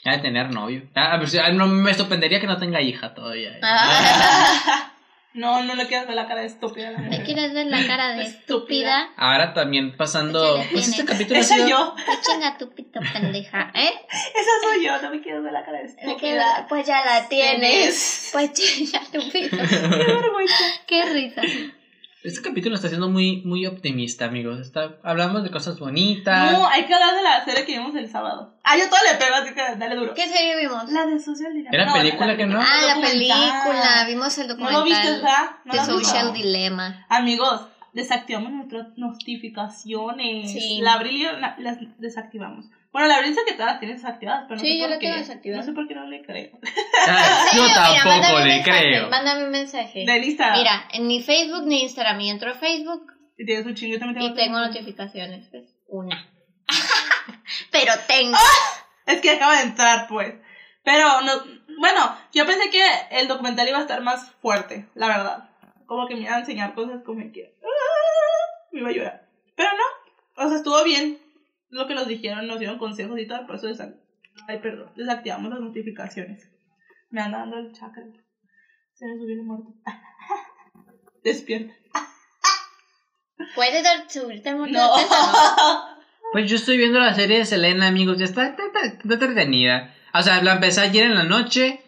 Speaker 4: ya de tener novio. Ah, pero sí, ah, no, me sorprendería que no tenga hija todavía.
Speaker 3: Ah.
Speaker 2: No, no le quieras ver la cara de estúpida a la
Speaker 3: ¿Me
Speaker 2: mujer.
Speaker 3: quieres ver la cara de
Speaker 2: Estúpida.
Speaker 3: estúpida?
Speaker 4: Ah, Ahora también pasando.
Speaker 3: ¿Qué le
Speaker 4: Pues este
Speaker 3: tienes?
Speaker 4: capítulo ha
Speaker 2: Esa
Speaker 4: sido-
Speaker 2: yo,
Speaker 3: Qué chinga tu pito pendeja, ¿eh?
Speaker 2: esa soy yo, no me quieres ver la cara de
Speaker 3: Me
Speaker 2: estúpida.
Speaker 3: queda- Pues ya la tienes. Pues chinga tu pito.
Speaker 2: Qué vergüenza.
Speaker 3: Qué risa.
Speaker 4: Este capítulo está siendo muy, muy optimista, amigos. Está, hablamos de cosas bonitas.
Speaker 2: No, hay que hablar de la serie que vimos el sábado. Ah, yo todo le pego, así que dale duro.
Speaker 3: ¿Qué serie vimos?
Speaker 2: La de Social Dilemma.
Speaker 4: Era
Speaker 2: No,
Speaker 4: película que no.
Speaker 3: Ah, la
Speaker 2: documental.
Speaker 3: película. Vimos el
Speaker 2: No
Speaker 3: documental
Speaker 2: lo viste, ¿verdad? No
Speaker 3: de
Speaker 2: lo has visto.
Speaker 3: Social Dilemma.
Speaker 2: Amigos, desactivamos nuestras notificaciones.
Speaker 3: Sí.
Speaker 2: La abril y yo la- las desactivamos. Bueno, la verdad es que todas las tienes activadas, pero no
Speaker 3: Sí,
Speaker 2: sé
Speaker 3: yo
Speaker 2: por
Speaker 3: la
Speaker 2: qué.
Speaker 3: tengo desactivada.
Speaker 2: No sé por qué no le creo.
Speaker 4: Ah,
Speaker 3: Sí,
Speaker 4: yo
Speaker 3: mira,
Speaker 4: tampoco
Speaker 3: mándame un
Speaker 4: le
Speaker 3: mensaje,
Speaker 4: creo.
Speaker 3: Mándame un mensaje.
Speaker 2: De lista.
Speaker 3: Mira, en ni Facebook ni Instagram. Y entro a Facebook
Speaker 2: Y tienes un chingo, yo también tengo.
Speaker 3: y tengo notificaciones. pues, Una. Pero tengo.
Speaker 2: ¡Ah! Es que acaba de entrar, pues. Pero, no, bueno, yo pensé que el documental iba a estar más fuerte, la verdad. Como que me iba a enseñar cosas como que... ¡ah! Me iba a llorar. Pero no, o sea, estuvo bien lo que nos dijeron, nos dieron consejos y todo, por eso desac- Ay, perdón, desactivamos las notificaciones. Me anda dando el chakra. Se me subió el muerto. Despierta.
Speaker 3: ¿Puedes dar, subirte al mundo?
Speaker 2: No.
Speaker 3: de Teta?
Speaker 4: Pues yo estoy viendo la serie de Selena, amigos. Ya está, está, está- está entretenida. O sea, la empecé ayer en la noche.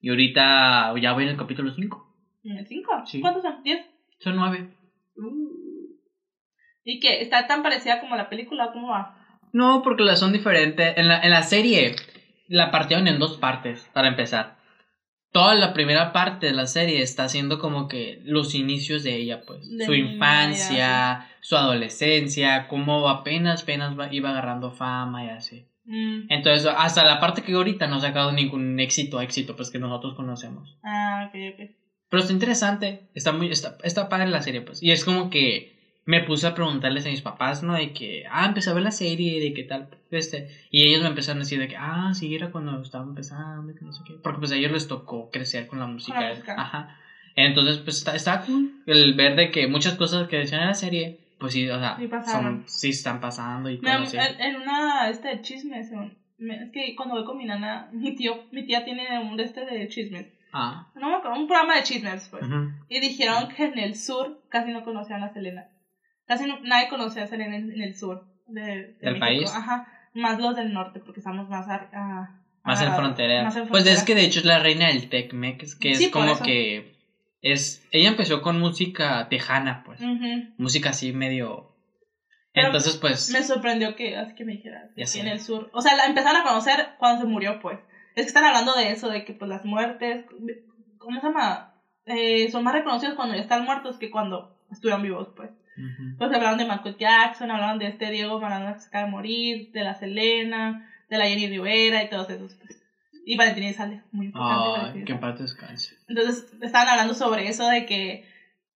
Speaker 4: Y ahorita ya voy en el capítulo 5.
Speaker 2: ¿Cinco?
Speaker 4: Sí.
Speaker 2: ¿Cuántos son? ¿Diez?
Speaker 4: Son 9.
Speaker 2: ¿Y qué? ¿Está tan parecida como la película? ¿Cómo va?
Speaker 4: No, porque las son diferentes. En la, en la serie la partieron en dos partes, para empezar. Toda la primera parte de la serie está haciendo como que los inicios de ella, pues.
Speaker 2: De
Speaker 4: su
Speaker 2: niña,
Speaker 4: infancia, su adolescencia, cómo apenas, apenas va- iba agarrando fama y así.
Speaker 2: Mm.
Speaker 4: Entonces, hasta la parte que ahorita no ha sacado ningún éxito, éxito, pues que nosotros conocemos.
Speaker 2: Ah, ok, ok.
Speaker 4: Pero está interesante, está muy, está, está padre la serie, pues. Y es como que me puse a preguntarles a mis papás, ¿no? De que, ah, empecé a ver la serie, de qué tal, este. Y ellos me empezaron a decir de que, ah, sí, era cuando estaba empezando, que no sé qué. Porque pues a ellos les tocó crecer con la música.
Speaker 2: música.
Speaker 4: Ajá. Entonces, pues está, está cool el ver de que muchas cosas que decían en la serie, pues sí, o sea,
Speaker 2: Sí pasaron.
Speaker 4: son- sí están pasando y
Speaker 2: Me-
Speaker 4: todo así.
Speaker 2: en, en una este de chismes según- me- es que cuando voy con mi nana mi tío mi tía tiene un de este de chismes
Speaker 4: Ah.
Speaker 2: no me acuerdo un programa de chismes pues
Speaker 4: ujú.
Speaker 2: y dijeron que en el sur casi no conocían a Selena casi no- nadie conocía a Selena en, en el sur de, de
Speaker 4: ¿Del
Speaker 2: México.
Speaker 4: país?
Speaker 2: ajá más los del norte porque estamos más ar- a-
Speaker 4: Más en
Speaker 2: a-
Speaker 4: frontera.
Speaker 2: Ah, más en
Speaker 4: Pues es que
Speaker 2: frontera.
Speaker 4: de hecho es la reina del Tecmec, es que
Speaker 2: Sí,
Speaker 4: es
Speaker 2: por
Speaker 4: como
Speaker 2: eso.
Speaker 4: que es ella empezó con música tejana, pues,
Speaker 2: Ujú.
Speaker 4: música así medio
Speaker 2: Mm. Pero
Speaker 4: Entonces, pues
Speaker 2: me sorprendió que así que me dijeras
Speaker 4: Ya
Speaker 2: que
Speaker 4: sé.
Speaker 2: en el sur o sea la empezaron a conocer cuando se murió pues es que están hablando de eso de que pues las muertes cómo se llama Eh, son más reconocidos cuando ya están muertos que cuando estuvieron vivos pues
Speaker 4: ujú.
Speaker 2: pues hablaron de Michael Jackson hablaron de este Diego Maradona que se acaba de morir de la Selena de la Jenny Rivera y todos esos pues y Valentina Elizalde muy importante
Speaker 4: Ay,
Speaker 2: Valentina
Speaker 4: que en
Speaker 2: Elizalde.
Speaker 4: parte descanse.
Speaker 2: entonces estaban hablando sobre eso de que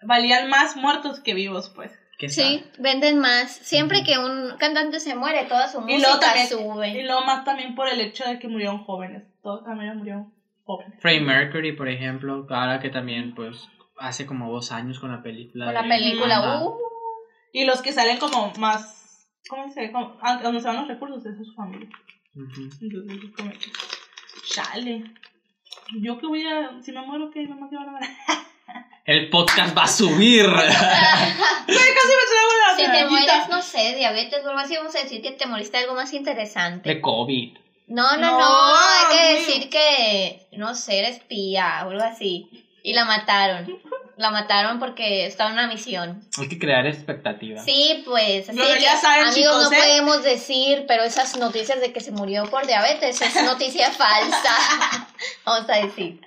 Speaker 2: valían más muertos que vivos pues
Speaker 4: Qué
Speaker 3: Sí,
Speaker 4: sad.
Speaker 3: venden más. Siempre que un cantante se muere, toda su
Speaker 2: Y luego
Speaker 3: música
Speaker 2: también, y
Speaker 3: sube.
Speaker 2: luego más también por el hecho de que murieron jóvenes. Todos también murieron jóvenes.
Speaker 4: Freddie Mercury, por ejemplo, ahora que también pues hace como dos años con la película.
Speaker 3: Con la
Speaker 4: de-
Speaker 3: película,
Speaker 4: Ajá.
Speaker 3: uh,
Speaker 2: Y los que salen como más. ¿Cómo se dice? Como- a- a Donde se van los recursos es a su familia.
Speaker 4: Ujú.
Speaker 2: Entonces es como. que, Chale. Yo que voy a. Si me muero, ¿qué? Nomás que van a ver.
Speaker 4: El podcast va a subir.
Speaker 2: Güey, casi
Speaker 3: Si
Speaker 2: me traigo
Speaker 3: te
Speaker 2: la
Speaker 3: mueres,
Speaker 2: gallita.
Speaker 3: no sé, diabetes o algo así, vamos a decir que te moriste de algo más interesante.
Speaker 4: de COVID.
Speaker 3: No, no, no,
Speaker 2: No,
Speaker 3: hay que
Speaker 2: amigo.
Speaker 3: decir que, no sé, era espía o algo así. Y la mataron. La mataron porque estaba en una misión.
Speaker 4: Hay que crear expectativas.
Speaker 3: Sí, pues. Así
Speaker 2: Lo que ya saben,
Speaker 3: amigos,
Speaker 2: chicos,
Speaker 3: no
Speaker 2: ¿eh?
Speaker 3: podemos decir, pero esas noticias de que se murió por diabetes es noticia falsa. Vamos a decir.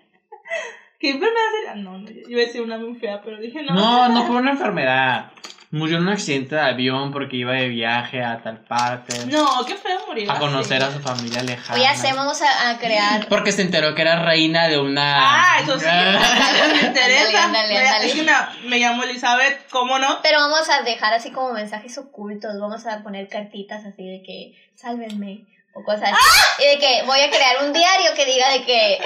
Speaker 2: ¿Qué enfermedad sería? No, no, yo iba a decir una muy fea, pero dije no.
Speaker 4: No, no fue una enfermedad. Murió en un accidente de avión porque iba de viaje a tal parte.
Speaker 2: No, qué feo morir. Ah,
Speaker 4: a
Speaker 2: así.
Speaker 4: conocer a su familia lejana.
Speaker 2: Ah,
Speaker 3: Hoy hacemos a, a crear.
Speaker 4: Porque se enteró que era reina de una.
Speaker 2: Ah, eso sí. Me interesa.
Speaker 3: Ándale, ándale,
Speaker 2: Me-
Speaker 3: ándale.
Speaker 2: Es que me, me llamo Elizabeth, ¿cómo no?
Speaker 3: Pero vamos a dejar así como mensajes ocultos, vamos a poner cartitas así de que sálvenme o cosas así.
Speaker 2: ¡Ah!
Speaker 3: Y de que voy a crear un diario que diga de que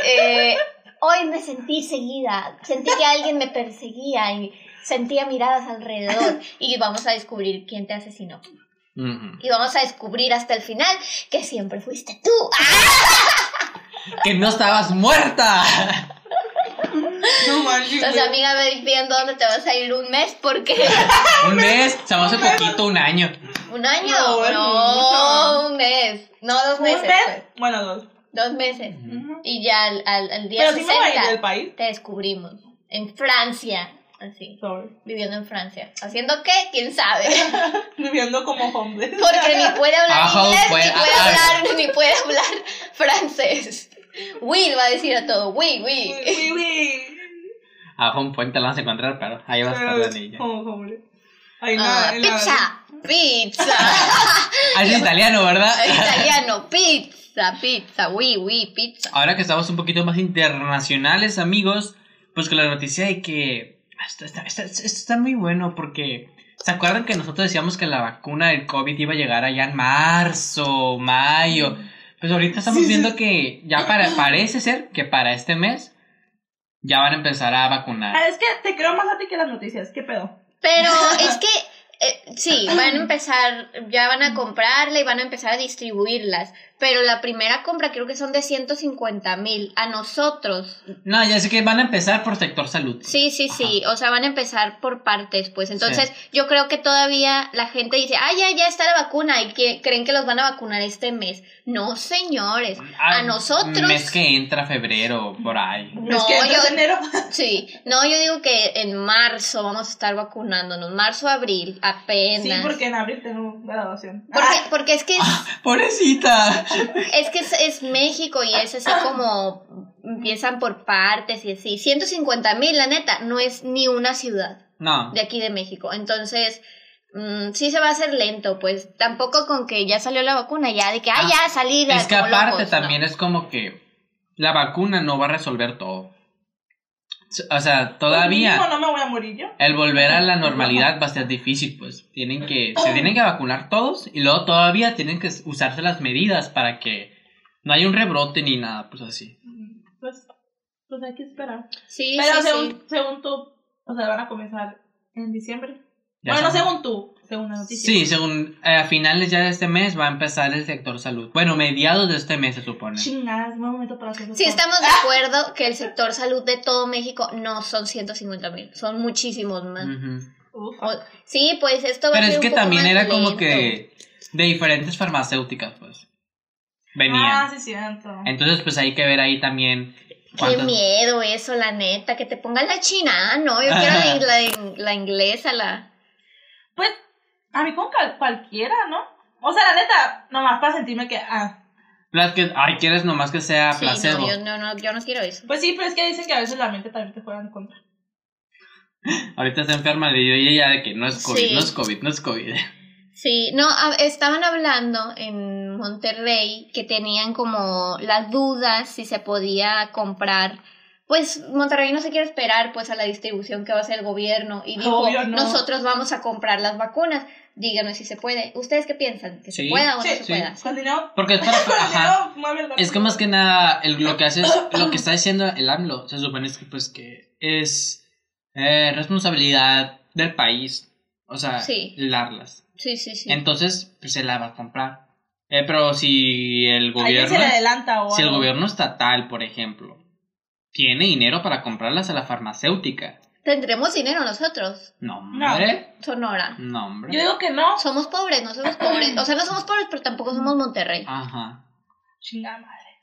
Speaker 3: eh, hoy me sentí seguida, sentí que alguien me perseguía y sentía miradas alrededor y vamos a descubrir quién te asesinó.
Speaker 4: Ujú.
Speaker 3: Y vamos a descubrir hasta el final que siempre fuiste tú. ¡Ah!
Speaker 4: Que no estabas muerta.
Speaker 2: No manches.
Speaker 3: Entonces,
Speaker 2: güey.
Speaker 3: amiga, ve viendo dónde te vas a ir un mes porque
Speaker 4: un mes, se me hace poquito, un año.
Speaker 3: un año,
Speaker 2: No,
Speaker 3: no,
Speaker 2: es mucho.
Speaker 3: un mes, no dos
Speaker 2: ¿Un
Speaker 3: meses,
Speaker 2: mes?
Speaker 3: pues,
Speaker 2: Bueno, dos.
Speaker 3: dos meses.
Speaker 4: Ujú.
Speaker 3: Y ya al, al, al día
Speaker 2: Pero si me voy a
Speaker 3: 60
Speaker 2: ir del país.
Speaker 3: te descubrimos. En Francia, así.
Speaker 2: Sorry.
Speaker 3: Viviendo en Francia. ¿Haciendo qué? ¿Quién sabe?
Speaker 2: Viviendo como homeless.
Speaker 3: Porque ni puede hablar
Speaker 4: Abajo,
Speaker 3: inglés,
Speaker 4: puede-
Speaker 3: ni puede
Speaker 4: ah,
Speaker 3: hablar, ni puede hablar francés. Will va a decir a todo, oui, oui.
Speaker 2: Uy, uy, uy.
Speaker 4: Abajo un puente la vas a encontrar, pero ahí vas a estar la niña.
Speaker 2: Como homeless. Ay,
Speaker 3: Ah,
Speaker 2: nada. en la-
Speaker 3: pizza. Pizza.
Speaker 4: Ah, es italiano, ¿verdad?
Speaker 3: Italiano, pizza, pizza, oui, oui, pizza.
Speaker 4: Ahora que estamos un poquito más internacionales, amigos, pues con la noticia de que esto está, está- esto está muy bueno porque ¿se acuerdan que nosotros decíamos que la vacuna del COVID iba a llegar allá en marzo, mayo? Pues ahorita estamos viendo que ya para, parece ser que para este mes ya van a empezar a vacunar.
Speaker 2: Ah, Es que te creo más a ti que las noticias. ¿Qué pedo?
Speaker 3: Pero es que, eh, sí, van a empezar, ya van a comprarla y van a empezar a distribuirlas. Pero la primera compra creo que son de 150 mil. A nosotros.
Speaker 4: No, ya sé que van a empezar por sector salud.
Speaker 3: Sí, sí, sí. O sea, van a empezar por partes, pues. Entonces, yo creo que todavía la gente dice, ah, ya, ya está la vacuna. Y que, creen que los van a vacunar este mes. No, señores.
Speaker 4: Ah,
Speaker 3: A nosotros.
Speaker 4: Mes que entra febrero, por ahí.
Speaker 3: No,
Speaker 2: es que entras
Speaker 3: yo-
Speaker 2: en enero.
Speaker 3: Sí, no, yo digo que en marzo vamos a estar vacunándonos, marzo, abril,
Speaker 2: Sí,
Speaker 3: apenas.
Speaker 2: porque Ah. en abril tengo graduación.
Speaker 3: Porque, porque es que, es,
Speaker 4: ¡Pobrecita!
Speaker 3: es que es, es México y es así como empiezan por partes y así. 150 mil, la neta, no es ni una ciudad
Speaker 4: No.
Speaker 3: de aquí de México. Entonces, mm, sí se va a hacer lento, pues tampoco con que ya salió la vacuna, ya de que, ah, ya salida.
Speaker 4: Es que aparte también es como que la vacuna no va a resolver todo. O sea,
Speaker 2: Pues, Mínimo
Speaker 4: todavía
Speaker 2: no me voy a morir yo.
Speaker 4: el volver a la normalidad va a ser difícil, pues tienen que se tienen que vacunar todos y luego todavía tienen que usarse las medidas para que no haya un rebrote ni nada, pues así.
Speaker 2: Pues, pues hay que esperar.
Speaker 3: Sí,
Speaker 2: Pero
Speaker 3: sí,
Speaker 2: según,
Speaker 3: sí.
Speaker 2: según tú, o sea, van a comenzar en diciembre.
Speaker 4: Ya
Speaker 2: bueno,
Speaker 4: saben.
Speaker 2: según tú, según la noticia.
Speaker 4: Sí, según eh, a finales ya de este mes va a empezar el sector salud. Bueno, mediados de este mes se supone.
Speaker 2: Chingadas, buen momento para hacer
Speaker 3: Sí,
Speaker 2: todo.
Speaker 3: estamos de acuerdo que el sector salud de todo México no son 150 mil, son muchísimos más.
Speaker 4: Ujú.
Speaker 2: Uf.
Speaker 3: O- sí, pues esto va
Speaker 4: Mm. Pero
Speaker 3: a ser
Speaker 4: es
Speaker 3: un
Speaker 4: que
Speaker 3: poco
Speaker 4: también
Speaker 3: más
Speaker 4: era como
Speaker 3: lento.
Speaker 4: que de diferentes farmacéuticas, pues. Venían.
Speaker 2: Ah, sí, cierto.
Speaker 4: Entonces, pues hay que ver ahí también.
Speaker 3: Qué
Speaker 4: cuántas-
Speaker 3: miedo eso, la neta, que te pongan la china, ah, no, yo quiero la, ing- la ing- la inglesa, la...
Speaker 2: Pues, a mí con cal- cualquiera, ¿no? O sea, la neta, nomás para sentirme que, ah.
Speaker 4: Las que, ay, quieres nomás que sea
Speaker 3: Sí,
Speaker 4: placebo.
Speaker 3: no, yo no, no, yo no quiero eso.
Speaker 2: Pues sí, pero es que dicen que a veces la mente también te juega en contra.
Speaker 4: Ahorita está enferma y yo y ella de que no es COVID,
Speaker 3: Sí.
Speaker 4: no es COVID, no es COVID.
Speaker 3: Sí, no, a- estaban hablando en Monterrey que tenían como las dudas si se podía comprar. Pues Monterrey no se quiere esperar pues a la distribución que va a hacer el gobierno y dijo,
Speaker 2: Obvio, no.
Speaker 3: nosotros vamos a comprar las vacunas. Díganme si se puede. ¿Ustedes qué piensan? ¿Que
Speaker 4: Sí.
Speaker 3: se pueda o no
Speaker 2: Sí,
Speaker 3: se
Speaker 4: sí.
Speaker 3: pueda?
Speaker 2: Con dinero,
Speaker 4: Porque es para.
Speaker 2: con
Speaker 4: ajá.
Speaker 2: dinero, mueve el
Speaker 4: Es que más que nada, el- lo que hace es, lo que está diciendo el AMLO, se supone es que, pues, que es eh, responsabilidad del país. O sea,
Speaker 3: Sí.
Speaker 4: darlas.
Speaker 3: Sí, sí, sí.
Speaker 4: Entonces, pues se la va a comprar. Eh, pero si el
Speaker 2: Alguien
Speaker 4: gobierno,
Speaker 2: se le adelanta o
Speaker 4: si el
Speaker 2: algo.
Speaker 4: gobierno estatal, por ejemplo, tiene dinero para comprarlas a la farmacéutica,
Speaker 3: ¿Tendremos dinero nosotros?
Speaker 4: no, hombre,
Speaker 3: Sonora.
Speaker 4: no, hombre.
Speaker 2: Yo digo que no.
Speaker 3: Somos pobres, no somos pobres. O sea, no somos pobres, pero tampoco somos Monterrey.
Speaker 4: Ajá.
Speaker 2: Chingada madre.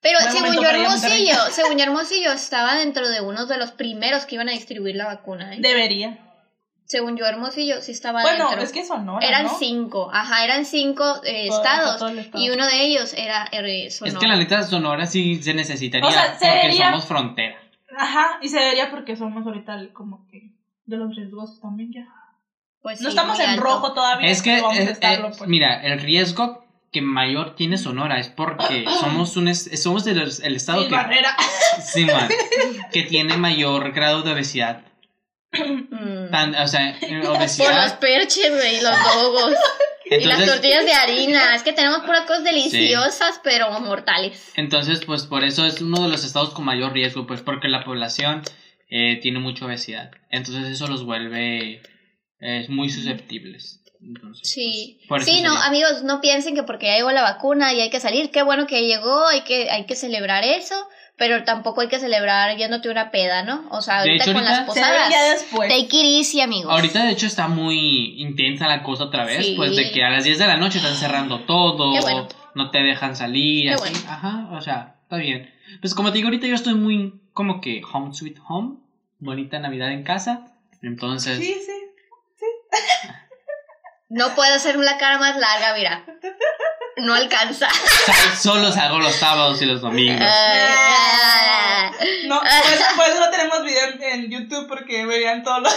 Speaker 3: Pero
Speaker 2: Buen
Speaker 3: según
Speaker 2: momento
Speaker 3: yo,
Speaker 2: para ir a
Speaker 3: Hermosillo, según yo, Hermosillo estaba dentro de uno de los primeros que iban a distribuir la vacuna. ¿eh?
Speaker 2: Debería.
Speaker 3: Según yo, Hermosillo sí estaba
Speaker 2: Bueno,
Speaker 3: dentro.
Speaker 2: es que Sonora,
Speaker 3: eran
Speaker 2: ¿no?
Speaker 3: cinco, ajá, eran cinco eh,
Speaker 2: Todo-
Speaker 3: estados.
Speaker 2: todo el estado.
Speaker 3: Y uno de ellos era eh, Sonora.
Speaker 4: Es que la neta Sonora sí se necesitaría
Speaker 2: O sea, se
Speaker 4: porque
Speaker 2: debería-
Speaker 4: somos frontera.
Speaker 2: Ajá, y se debería porque somos ahorita el- como que de los riesgos también ya.
Speaker 3: Pues
Speaker 2: no
Speaker 3: sí,
Speaker 2: estamos
Speaker 3: muy
Speaker 2: en
Speaker 3: alto.
Speaker 2: rojo todavía.
Speaker 4: es que,
Speaker 2: pero vamos
Speaker 4: eh,
Speaker 2: a estarlo,
Speaker 4: eh,
Speaker 2: pues.
Speaker 4: mira, el riesgo que mayor tiene Sonora es porque somos un es- somos el, el estado
Speaker 2: Sin
Speaker 4: que,
Speaker 2: barrera.
Speaker 4: sí, man, que tiene mayor grado de obesidad.
Speaker 3: Mm.
Speaker 4: Tan- o sea,
Speaker 3: Por los
Speaker 4: obesidad.
Speaker 3: perches, güey, los dogos. y las
Speaker 4: Entonces,
Speaker 3: tortillas de harina. Es que tenemos puras cosas deliciosas, pero mortales.
Speaker 4: Entonces, pues por eso es uno de los estados con mayor riesgo, pues porque la población eh, tiene mucha obesidad. Entonces eso los vuelve eh, muy susceptibles. Entonces,
Speaker 3: Sí.
Speaker 4: pues, por eso
Speaker 3: Sí, no,
Speaker 4: sería.
Speaker 3: amigos, no piensen que porque ya llegó la vacuna y hay que salir. Qué bueno que llegó, hay que, hay que celebrar eso. Pero tampoco hay que celebrar yéndote una peda, ¿no? O sea,
Speaker 4: De
Speaker 3: ahorita
Speaker 4: hecho,
Speaker 3: con
Speaker 4: ahorita-
Speaker 3: las
Speaker 2: Se debería
Speaker 3: posadas.
Speaker 2: después.
Speaker 3: Take it easy, amigos.
Speaker 4: Ahorita de hecho está muy intensa la cosa otra vez,
Speaker 3: Sí.
Speaker 4: pues de que a las 10 de la noche están cerrando todo,
Speaker 3: Qué bueno.
Speaker 4: no te dejan salir,
Speaker 3: Qué
Speaker 4: así.
Speaker 3: bueno.
Speaker 4: Ajá, o sea, está bien. Pues como te digo, ahorita yo estoy muy como que home sweet home, bonita Navidad en casa. Entonces,
Speaker 2: Sí, sí.
Speaker 3: No puedo hacer la cara más larga, mira. No alcanza.
Speaker 4: sal- solo salgo los sábados y los domingos.
Speaker 3: Ah.
Speaker 2: No, por eso, por eso no tenemos video en, en YouTube porque verían todo lo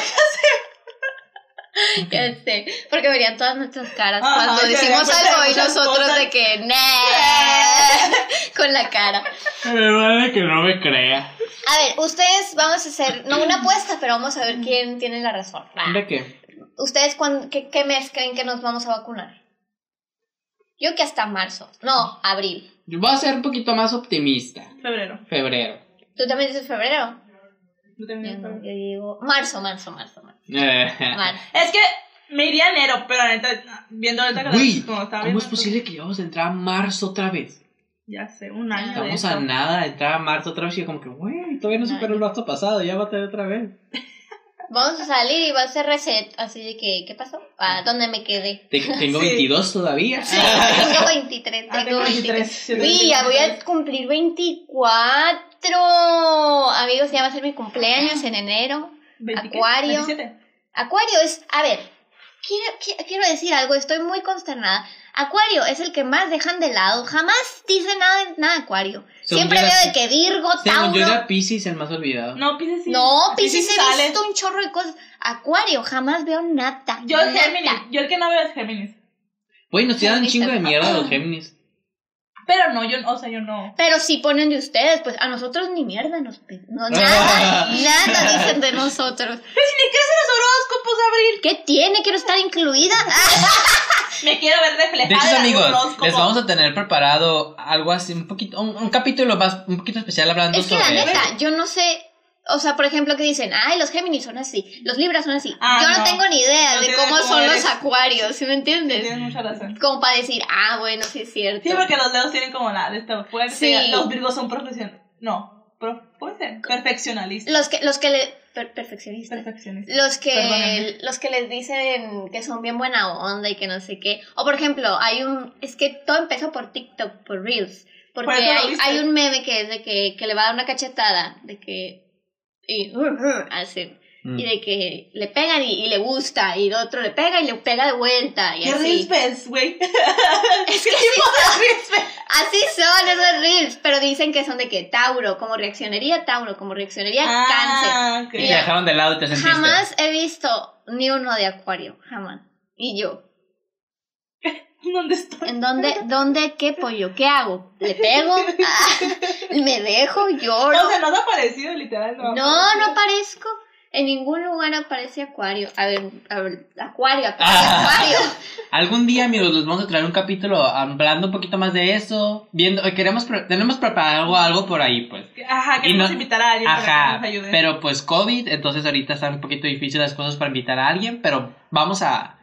Speaker 2: que
Speaker 3: Ya sé, porque verían todas nuestras caras
Speaker 2: Ajá,
Speaker 3: cuando
Speaker 2: se darían
Speaker 3: decimos
Speaker 2: cuenta
Speaker 3: algo
Speaker 2: de
Speaker 3: y
Speaker 2: muchas
Speaker 3: nosotros
Speaker 2: cosas.
Speaker 3: de que "Nee", con la cara.
Speaker 4: Me vale que no me crea.
Speaker 3: A ver, ustedes vamos a hacer, no una apuesta, pero vamos a ver quién tiene la razón.
Speaker 4: ¿De qué?
Speaker 3: ¿Ustedes cuán- qué, qué mes creen que nos vamos a vacunar? Yo que hasta marzo, no, abril.
Speaker 4: Yo voy a ser un poquito más optimista.
Speaker 2: Febrero.
Speaker 4: Febrero.
Speaker 3: ¿Tú también dices febrero?
Speaker 2: Yo
Speaker 3: Yo,
Speaker 2: también
Speaker 3: no, yo
Speaker 2: febrero.
Speaker 3: digo marzo, marzo, marzo, marzo. marzo.
Speaker 2: Es que me iría a enero, pero la neta, viendo ahorita que
Speaker 4: Güey,
Speaker 2: la- como estaba
Speaker 4: ¿cómo
Speaker 2: viendo
Speaker 4: es posible que ya vamos a entrar a marzo otra vez?
Speaker 2: esto, Ya sé, un año. de
Speaker 4: Estamos
Speaker 2: esto.
Speaker 4: a nada de entrar a marzo otra vez y yo como que, güey, todavía no superó el marzo pasado, ya va a tener otra vez.
Speaker 3: Vamos a salir y va a ser reset, así de que, ¿qué pasó? Ah, ¿dónde me quedé?
Speaker 4: Te- tengo
Speaker 2: Sí.
Speaker 4: 22 todavía.
Speaker 3: Tengo 23,
Speaker 2: Ah,
Speaker 3: tengo 23.
Speaker 2: yo también
Speaker 3: Uy,
Speaker 2: tengo
Speaker 3: ya voy a
Speaker 2: 23.
Speaker 3: cumplir 24. Amigos, ya va a ser mi cumpleaños en enero.
Speaker 2: ¿Veinti qué?
Speaker 3: Acuario.
Speaker 2: ¿Veintisiete?
Speaker 3: Acuario es, a ver, quiero, qui- quiero decir algo, estoy muy consternada. Acuario es el que más dejan de lado, jamás dice nada, nada Acuario.
Speaker 4: Según
Speaker 3: Siempre
Speaker 4: yo
Speaker 3: veo
Speaker 4: era-
Speaker 3: de que Virgo,
Speaker 4: Según yo
Speaker 3: Tauro.
Speaker 4: era Pisces el más olvidado.
Speaker 2: No, Pisces sí.
Speaker 3: No, Pisces
Speaker 2: sí
Speaker 3: he
Speaker 2: sale.
Speaker 3: visto un chorro de cosas. Acuario, jamás veo nada.
Speaker 2: Yo
Speaker 3: nada.
Speaker 2: Géminis. Yo el que no veo es Géminis.
Speaker 4: Güey, nos tiran un
Speaker 3: Géminis
Speaker 4: chingo de
Speaker 3: tampoco.
Speaker 4: mierda los Géminis.
Speaker 2: Pero no, yo, o sea, yo no.
Speaker 3: Pero si ponen de ustedes, pues a nosotros ni mierda nos pe- no, nada, nada dicen de nosotros.
Speaker 2: Pero si ni crees en los horóscopos, Abril.
Speaker 3: ¿Qué tiene? Quiero estar incluida.
Speaker 2: Me quiero ver reflejada.
Speaker 4: De hecho,
Speaker 2: en algún
Speaker 4: amigos,
Speaker 2: horóscopo.
Speaker 4: les vamos a tener preparado algo así, un poquito, un, un capítulo más, un poquito especial hablando
Speaker 3: Es que la
Speaker 4: sobre
Speaker 3: neta, yo no sé. O sea, por ejemplo, que dicen, ay, los Géminis son así, los Libras son así.
Speaker 2: Ah,
Speaker 3: yo no,
Speaker 2: no.
Speaker 3: tengo ni idea
Speaker 2: No
Speaker 3: de
Speaker 2: tiene
Speaker 3: cómo
Speaker 2: cómo
Speaker 3: son
Speaker 2: eres.
Speaker 3: los Acuarios, ¿sí me entiendes?
Speaker 2: Tienes mucha razón.
Speaker 3: Como para decir, ah, bueno, sí es cierto.
Speaker 2: Sí, porque los dedos tienen como la de esta fuerza.
Speaker 3: Sí.
Speaker 2: Los virgos son profesionales. No, pro- puede ser. Perfeccionalistas.
Speaker 3: Los que, los que le. per- perfeccionistas.
Speaker 2: Perfeccionistas.
Speaker 3: Los que,
Speaker 2: Perdóname.
Speaker 3: los que les dicen que son bien buena onda y que no sé qué. O por ejemplo, hay un. Es que todo empezó por TikTok, por Reels. Porque
Speaker 2: Por eso lo
Speaker 3: hay,
Speaker 2: viste.
Speaker 3: hay un meme que es de que, que le va a dar una cachetada. De que. Y. uh, hacen.
Speaker 4: Mm.
Speaker 3: Y de que le pegan y, y le gusta. Y el otro le pega y le pega de vuelta. Y
Speaker 2: ¿Qué
Speaker 3: así.
Speaker 2: rispes, güey?
Speaker 3: Es que así son, así son esos Reels. Pero dicen que son de que Tauro, como reaccionaría Tauro, como reaccionaría Cáncer.
Speaker 2: Ah, ok.
Speaker 4: Y te dejaron de lado y te sentiste.
Speaker 3: Jamás he visto ni uno de Acuario, jamás. Y yo,
Speaker 2: ¿Dónde estoy?
Speaker 3: ¿en dónde, dónde, qué pollo, qué hago? ¿Le pego? Ah, ¿Me dejo? ¿Lloro?
Speaker 2: O sea, no te ha parecido, literal. No,
Speaker 3: No, no aparezco. En ningún lugar aparece Acuario. A ver, a ver, Acuario, aparece
Speaker 4: Ah.
Speaker 3: Acuario.
Speaker 4: Algún día, amigos, les vamos a traer un capítulo hablando un poquito más de eso. Viendo, eh, queremos, pre- tenemos preparado algo por ahí, pues.
Speaker 2: Ajá,
Speaker 4: Y
Speaker 2: queremos
Speaker 4: no-
Speaker 2: invitar a alguien para que
Speaker 4: Ajá,
Speaker 2: nos ayude.
Speaker 4: pero pues COVID, entonces ahorita están un poquito difíciles las cosas para invitar a alguien, pero vamos a...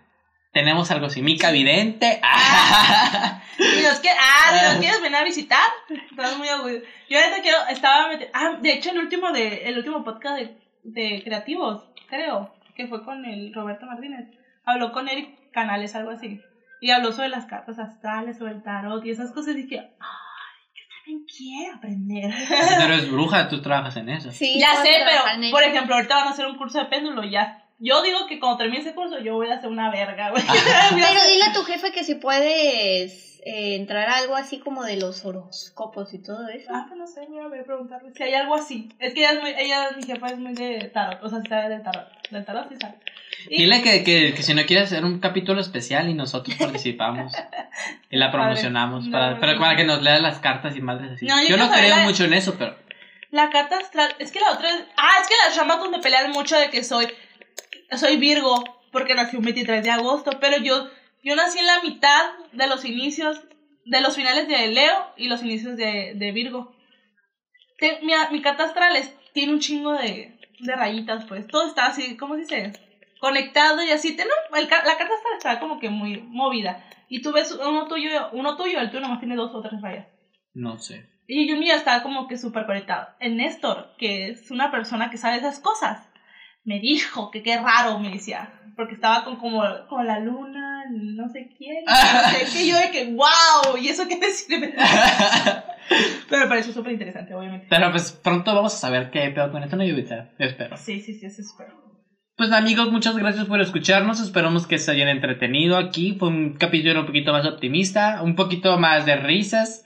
Speaker 4: Tenemos algo así, Mica Vidente.
Speaker 2: Si nos, quie- ah, si nos quieres venir a visitar, estás muy orgulloso. Yo ahorita quiero, estaba meti- Ah, de hecho, el último, de, el último podcast de, de creativos, creo, que fue con el Roberto Martínez. Habló con Eric Canales, algo así. Y habló sobre las cartas astrales, sobre el tarot y esas cosas. Y dije, ay, yo también quiero aprender.
Speaker 4: Tú eres bruja, tú trabajas en eso.
Speaker 3: Sí,
Speaker 2: ya
Speaker 3: puedo
Speaker 2: sé,
Speaker 3: trabajar en
Speaker 2: pero,
Speaker 3: ello.
Speaker 2: por ejemplo, ahorita van a hacer un curso de péndulo. Ya, yo digo que cuando termine ese curso, yo voy a hacer una verga, güey. Voy a
Speaker 3: Pero
Speaker 2: hacer-
Speaker 3: dile a tu jefe que si puedes eh, entrar a algo así como de los horóscopos y todo eso.
Speaker 2: Ah, pues no sé, voy a ver, preguntarle si hay algo así. Es que ella, es muy, ella mi jefa, es muy de tarot, o sea, sí sabe del tarot. Del tarot sí sabe. Y-
Speaker 4: Dile que, que, que si no quieres hacer un capítulo especial y nosotros participamos y la promocionamos,
Speaker 2: Padre.
Speaker 4: para,
Speaker 2: No,
Speaker 4: pero
Speaker 2: no.
Speaker 4: para que nos leas las cartas y madres así.
Speaker 2: No, yo
Speaker 4: yo no
Speaker 2: quiero saber
Speaker 4: creo
Speaker 2: la-
Speaker 4: mucho en eso, pero...
Speaker 2: La carta astral, es que la otra es. Ah, es que las chamacos me pelean mucho de que soy. Soy Virgo, porque nací un 23 de agosto, pero yo, yo nací en la mitad de los inicios, de los finales de Leo y los inicios de, de Virgo. Te- mi, mi carta astral es- tiene un chingo de, de rayitas, pues. Todo está así, ¿cómo se dice? Conectado y así. Te- no, el ca- la carta astral está como que muy movida. Y tú ves uno tuyo, uno tuyo, el tuyo nomás tiene dos o tres rayas.
Speaker 4: No sé.
Speaker 2: Y yo mío estaba como que súper conectado. El Néstor, que es una persona que sabe esas cosas, me dijo que qué raro, me decía. Porque estaba con como con la luna, no sé quién, no sé qué. Y Yo de que, wow, ¿y eso qué te sirve? Pero para eso es súper interesante, obviamente.
Speaker 4: Pero pues pronto vamos a saber qué pedo con esto, no lluvita. Yo espero.
Speaker 2: Sí, sí, sí, eso es súper.
Speaker 4: Pues amigos, muchas gracias por escucharnos. Esperamos que se hayan entretenido aquí. Fue un capítulo un poquito más optimista, un poquito más de risas,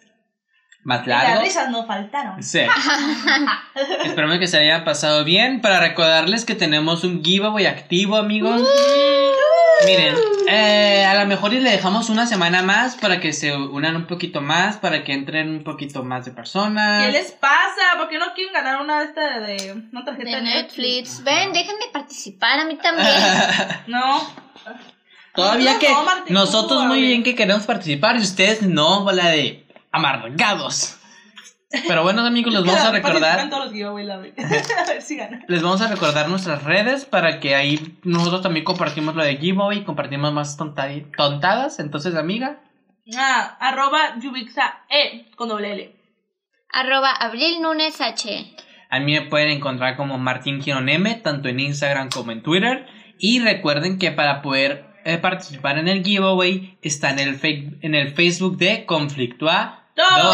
Speaker 4: más
Speaker 2: Y Las
Speaker 4: largo.
Speaker 2: risas no faltaron.
Speaker 4: Sí.
Speaker 2: Uh.
Speaker 4: Esperamos que se hayan pasado bien. Para recordarles que tenemos un giveaway activo, amigos.
Speaker 3: Mm,
Speaker 4: Miren, eh, a lo mejor y le dejamos una semana más para que se unan un poquito más, para que entren un poquito más de personas.
Speaker 2: ¿Qué les pasa? ¿Por qué no quieren ganar una de esta de, de- una tarjeta
Speaker 3: De
Speaker 2: de Netflix?
Speaker 3: Netflix. Ven, déjenme participar a mí también.
Speaker 2: No.
Speaker 4: Todavía
Speaker 2: Nosotros
Speaker 4: que
Speaker 2: no, Martín,
Speaker 4: nosotros
Speaker 2: tú,
Speaker 4: muy
Speaker 2: güey.
Speaker 4: bien que queremos participar y ustedes no, bola de amargados. Pero bueno, amigos, les vamos a
Speaker 2: Participan
Speaker 4: recordar,
Speaker 2: todos los giveaway, la verdad. a ver si ganan.
Speaker 4: les vamos a recordar nuestras redes para que ahí nosotros también compartimos lo de giveaway, compartimos más tontadi- tontadas. Entonces, amiga,
Speaker 2: Ah, arroba yubixa e con doble L.
Speaker 3: Arroba Abril Nunes H.
Speaker 4: a mí me pueden encontrar como Martín Quirón M, tanto en Instagram como en Twitter. Y recuerden que para poder eh, participar en el giveaway está en el, fe- en el Facebook de Conflictua
Speaker 2: Dos.
Speaker 4: Dos.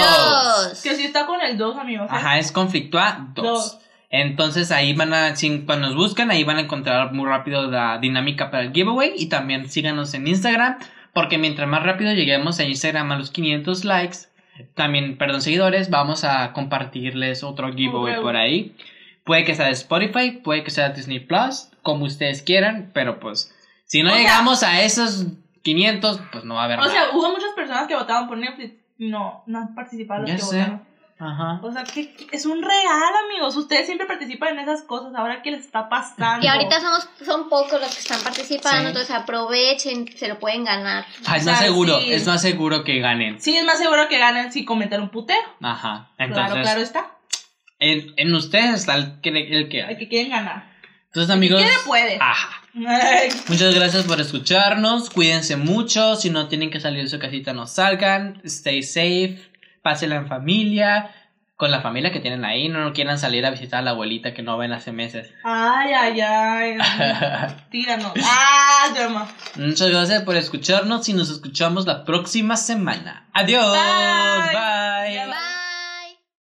Speaker 3: Dos.
Speaker 2: Que si está con el 2, amigos. ¿eh?
Speaker 4: Ajá, es Conflictua 2.
Speaker 2: Dos.
Speaker 4: Entonces ahí van a, si- cuando nos buscan, ahí van a encontrar muy rápido la dinámica para el giveaway y también síganos en Instagram, porque mientras más rápido lleguemos a Instagram a los 500 likes, también, perdón, seguidores, vamos a compartirles otro giveaway
Speaker 2: huevo.
Speaker 4: por ahí. Puede que sea de Spotify, puede que sea de Disney Plus, como ustedes quieran, pero pues si no
Speaker 2: O sea-
Speaker 4: llegamos a esos 500, pues no va a haber
Speaker 2: O
Speaker 4: nada.
Speaker 2: sea, hubo muchas personas que votaron por Netflix. No, no han participado los
Speaker 4: Ya
Speaker 2: que
Speaker 4: sé.
Speaker 2: votaron.
Speaker 4: Ajá.
Speaker 2: O sea, que que es un real, amigos. Ustedes siempre participan en esas cosas. Ahora, ¿qué les está pasando?
Speaker 3: Y ahorita somos, son pocos los que están participando,
Speaker 4: Sí.
Speaker 3: entonces aprovechen, se lo pueden ganar.
Speaker 4: Ah, es más
Speaker 2: sea,
Speaker 4: seguro,
Speaker 2: sí.
Speaker 4: es más seguro que ganen.
Speaker 2: Sí, es más seguro que ganen si comentan un putero.
Speaker 4: Ajá. Entonces,
Speaker 2: Claro, claro está.
Speaker 4: En, en ustedes está el que, el que
Speaker 2: El
Speaker 4: hay.
Speaker 2: que quieren ganar.
Speaker 4: Entonces, amigos. Ah.
Speaker 2: ¿Quién le puede?
Speaker 4: Ajá. Muchas gracias por escucharnos. Cuídense mucho. Si no tienen que salir de su casita, no salgan. Stay safe. Pásenla en familia. Con la familia que tienen ahí. No quieran salir a visitar a la abuelita que no ven hace meses.
Speaker 2: ay, ay, ay. Tíranos. Ah, llama.
Speaker 4: Muchas gracias por escucharnos y nos escuchamos la próxima semana. Adiós.
Speaker 2: Bye.
Speaker 4: Bye.
Speaker 2: Ya va.
Speaker 3: Bye.